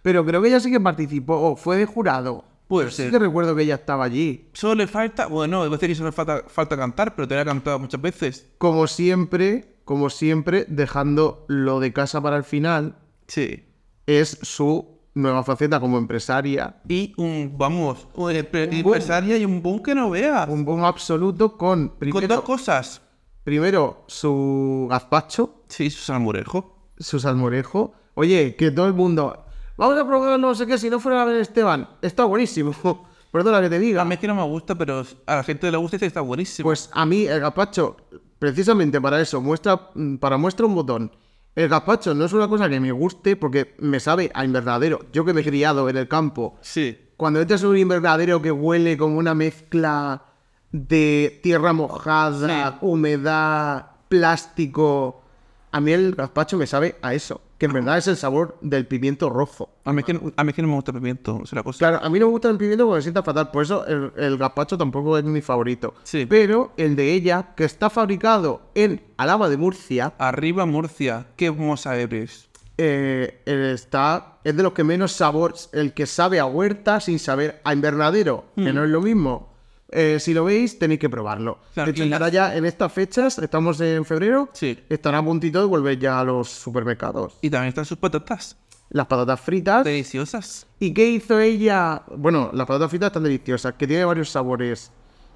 Pero creo que ella sí que participó, o fue de jurado.
Puede
Sí
ser.
que recuerdo que ella estaba allí.
Solo le falta, bueno, debo decir que solo le falta, falta cantar, pero te lo he cantado muchas veces.
Como siempre, como siempre, dejando lo de casa para el final,
Sí.
es su nueva faceta como empresaria.
Y un, vamos, un empre- empresaria y un boom que no veas.
Un boom absoluto con,
Con
primero,
dos cosas.
primero, su gazpacho,
Sí, Susana Murejo.
su salmorejo. Oye, que todo el mundo... Vamos a probar no sé qué, si no fuera a ver Esteban. Está buenísimo. Perdona que te diga.
A mí es que no me gusta, pero a la gente le gusta y está buenísimo.
Pues a mí el gazpacho, precisamente para eso, muestra, mm, para muestra un botón. El gazpacho no es una cosa que me guste porque me sabe a invernadero. Yo que me he criado en el campo,
sí.
cuando entras en un invernadero que huele como una mezcla de tierra mojada, humedad, plástico, a mí el gazpacho me sabe a eso, que en verdad es el sabor del pimiento rojo.
A mí es que, no- a mí es que no me gusta el pimiento, es una cosa.
Claro, a mí no me gusta el pimiento porque me sienta fatal. Por eso el, el gazpacho tampoco es mi favorito.
Sí.
Pero el de ella, que está fabricado en Alaba de Murcia,
Arriba Murcia, qué hermosa eres.
eh, él está, es de los que menos sabor, el que sabe a huerta sin saber a invernadero, que
Mm.
no es lo mismo. Eh, si lo veis, tenéis que probarlo.
Claro,
de hecho,
y la-
estará ya en estas fechas, estamos en febrero, estará a puntito de volver ya a los supermercados.
Y también están sus patatas.
Las patatas fritas.
Deliciosas.
¿Y qué hizo ella? Bueno, las patatas fritas están deliciosas, que tiene varios sabores.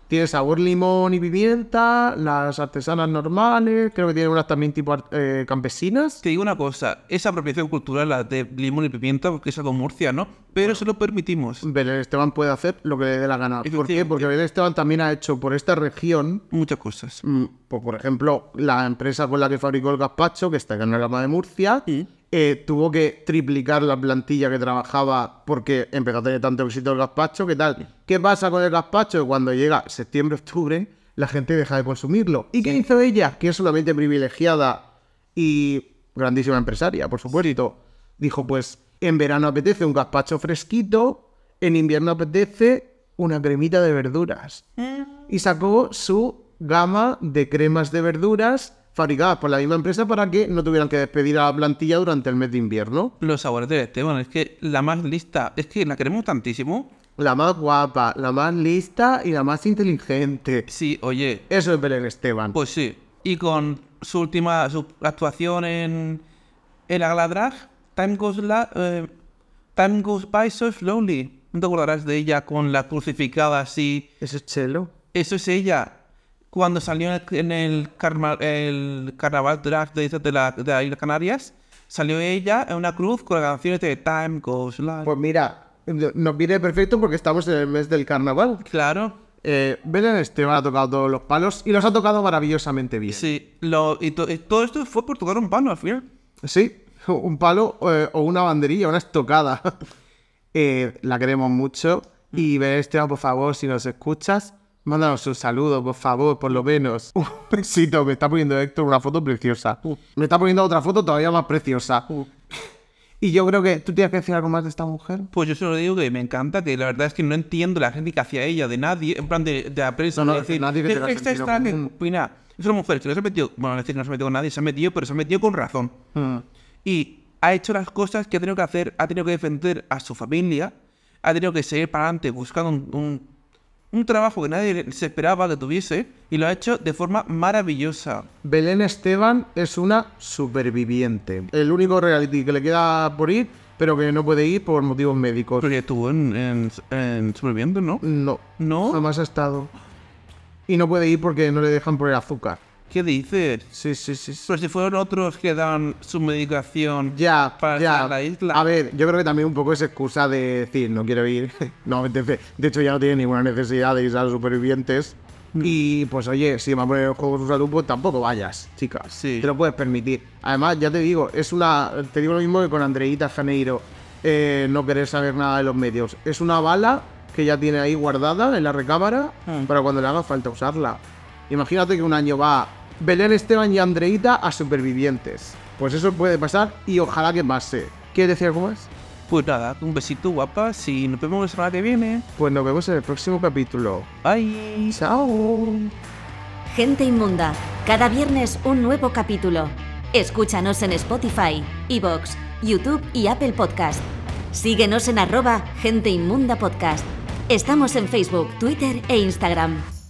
Tiene sabor limón y pimienta, las artesanas normales, creo que tiene unas también tipo ar- eh, campesinas.
Te digo una cosa, esa apropiación cultural, la de limón y pimienta, porque es algo murciano, pero se lo permitimos.
Belén Esteban puede hacer lo que le dé la gana. ¿Por qué? Porque Belén Esteban también ha hecho por esta región
muchas cosas.
mm, pues, por ejemplo, la empresa con la que fabricó el gazpacho, que está en la rama de Murcia, eh, tuvo que triplicar la plantilla que trabajaba porque empezó a tener tanto éxito el gazpacho. ¿Qué tal? ¿Qué pasa con el gazpacho? Que Cuando llega septiembre, octubre, la gente deja de consumirlo. ¿Y qué hizo ella? Que es solamente privilegiada y grandísima empresaria, por supuesto. Dijo, pues, en verano apetece un gazpacho fresquito, en invierno apetece una cremita de verduras. Y sacó su gama de cremas de verduras fabricadas por la misma empresa para que no tuvieran que despedir a la plantilla durante el mes de invierno.
Los sabores del Esteban, es que la más lista, es que la queremos tantísimo.
La más guapa, la más lista y la más inteligente.
Sí, oye.
Eso es Belén Esteban.
Pues sí. Y con su última su actuación en, en la gala drag, Time Goes, la- eh, Time Goes By So Slowly. ¿No te acordarás de ella con la crucificada así?
Eso es Chelo.
Eso es ella. Cuando salió en el, en el carma- el carnaval drag de, de, la, de las Islas Canarias, salió ella en una cruz con la canción de Time Goes Like.
Pues mira, nos viene perfecto porque estamos en el mes del carnaval. Eh,
Claro.
Belén Esteban ha tocado todos los palos y los ha tocado maravillosamente bien.
Sí, lo, y, to- y todo esto fue por tocar un pano al final.
Sí, un palo eh, o una banderilla, una estocada. Eh, la queremos mucho. Y Belén Esteban, por favor, si nos escuchas, mándanos un saludo, por favor, por lo menos. Un besito, me está poniendo Héctor una foto preciosa. Me está poniendo otra foto todavía más preciosa. Y yo creo que tú tienes que decir algo más de esta mujer.
Pues yo solo digo que me encanta, que la verdad es que no entiendo la crítica hacia ella, de nadie, en plan de, de la prensa.
No, no,
de decir,
nadie que tenga
"Pero esta Pues
sentido
está que opina". Es una mujer que no se ha metido, bueno, es decir, no se ha metido con nadie, se ha metido, pero se ha metido con razón. Y ha hecho las cosas que ha tenido que hacer, ha tenido que defender a su familia, ha tenido que seguir para adelante buscando un, un- un trabajo que nadie se esperaba que tuviese, y lo ha hecho de forma maravillosa.
Belén Esteban es una superviviente. El único reality que le queda por ir, pero que no puede ir por motivos médicos.
Porque estuvo en, en, en Supervivientes, ¿no?
No.
¿No?
Jamás ha estado. Y no puede ir porque no le dejan poner azúcar.
¿Qué dices?
Sí, sí, sí. sí.
Pero si fueron otros que dan su medicación
Ya,
para
ya.
estar en la isla.
A ver, yo creo que también un poco es excusa de decir, no quiero ir. no, me apetece. de hecho ya no tiene ninguna necesidad de ir a los supervivientes. Y pues oye, si va a poner en juego su salud, pues tampoco vayas, chicas. Te lo puedes permitir. Además, ya te digo, es una. Te digo lo mismo que con Andreita Janeiro. eh, no querer saber nada de los medios. Es una bala que ya tiene ahí guardada en la recámara para cuando le haga falta usarla. Imagínate que un año va Belén Esteban y Andreita a supervivientes. Pues eso puede pasar y ojalá que pase. ¿Quieres decir algo más?
Pues nada, un besito guapa, si nos vemos la semana que viene.
Pues nos vemos en el próximo capítulo.
Bye.
Chao.
Gente Inmunda. Cada viernes un nuevo capítulo. Escúchanos en Spotify, Evox, YouTube y Apple Podcast. Síguenos en arroba Gente Inmunda Podcast. Estamos en Facebook, Twitter e Instagram.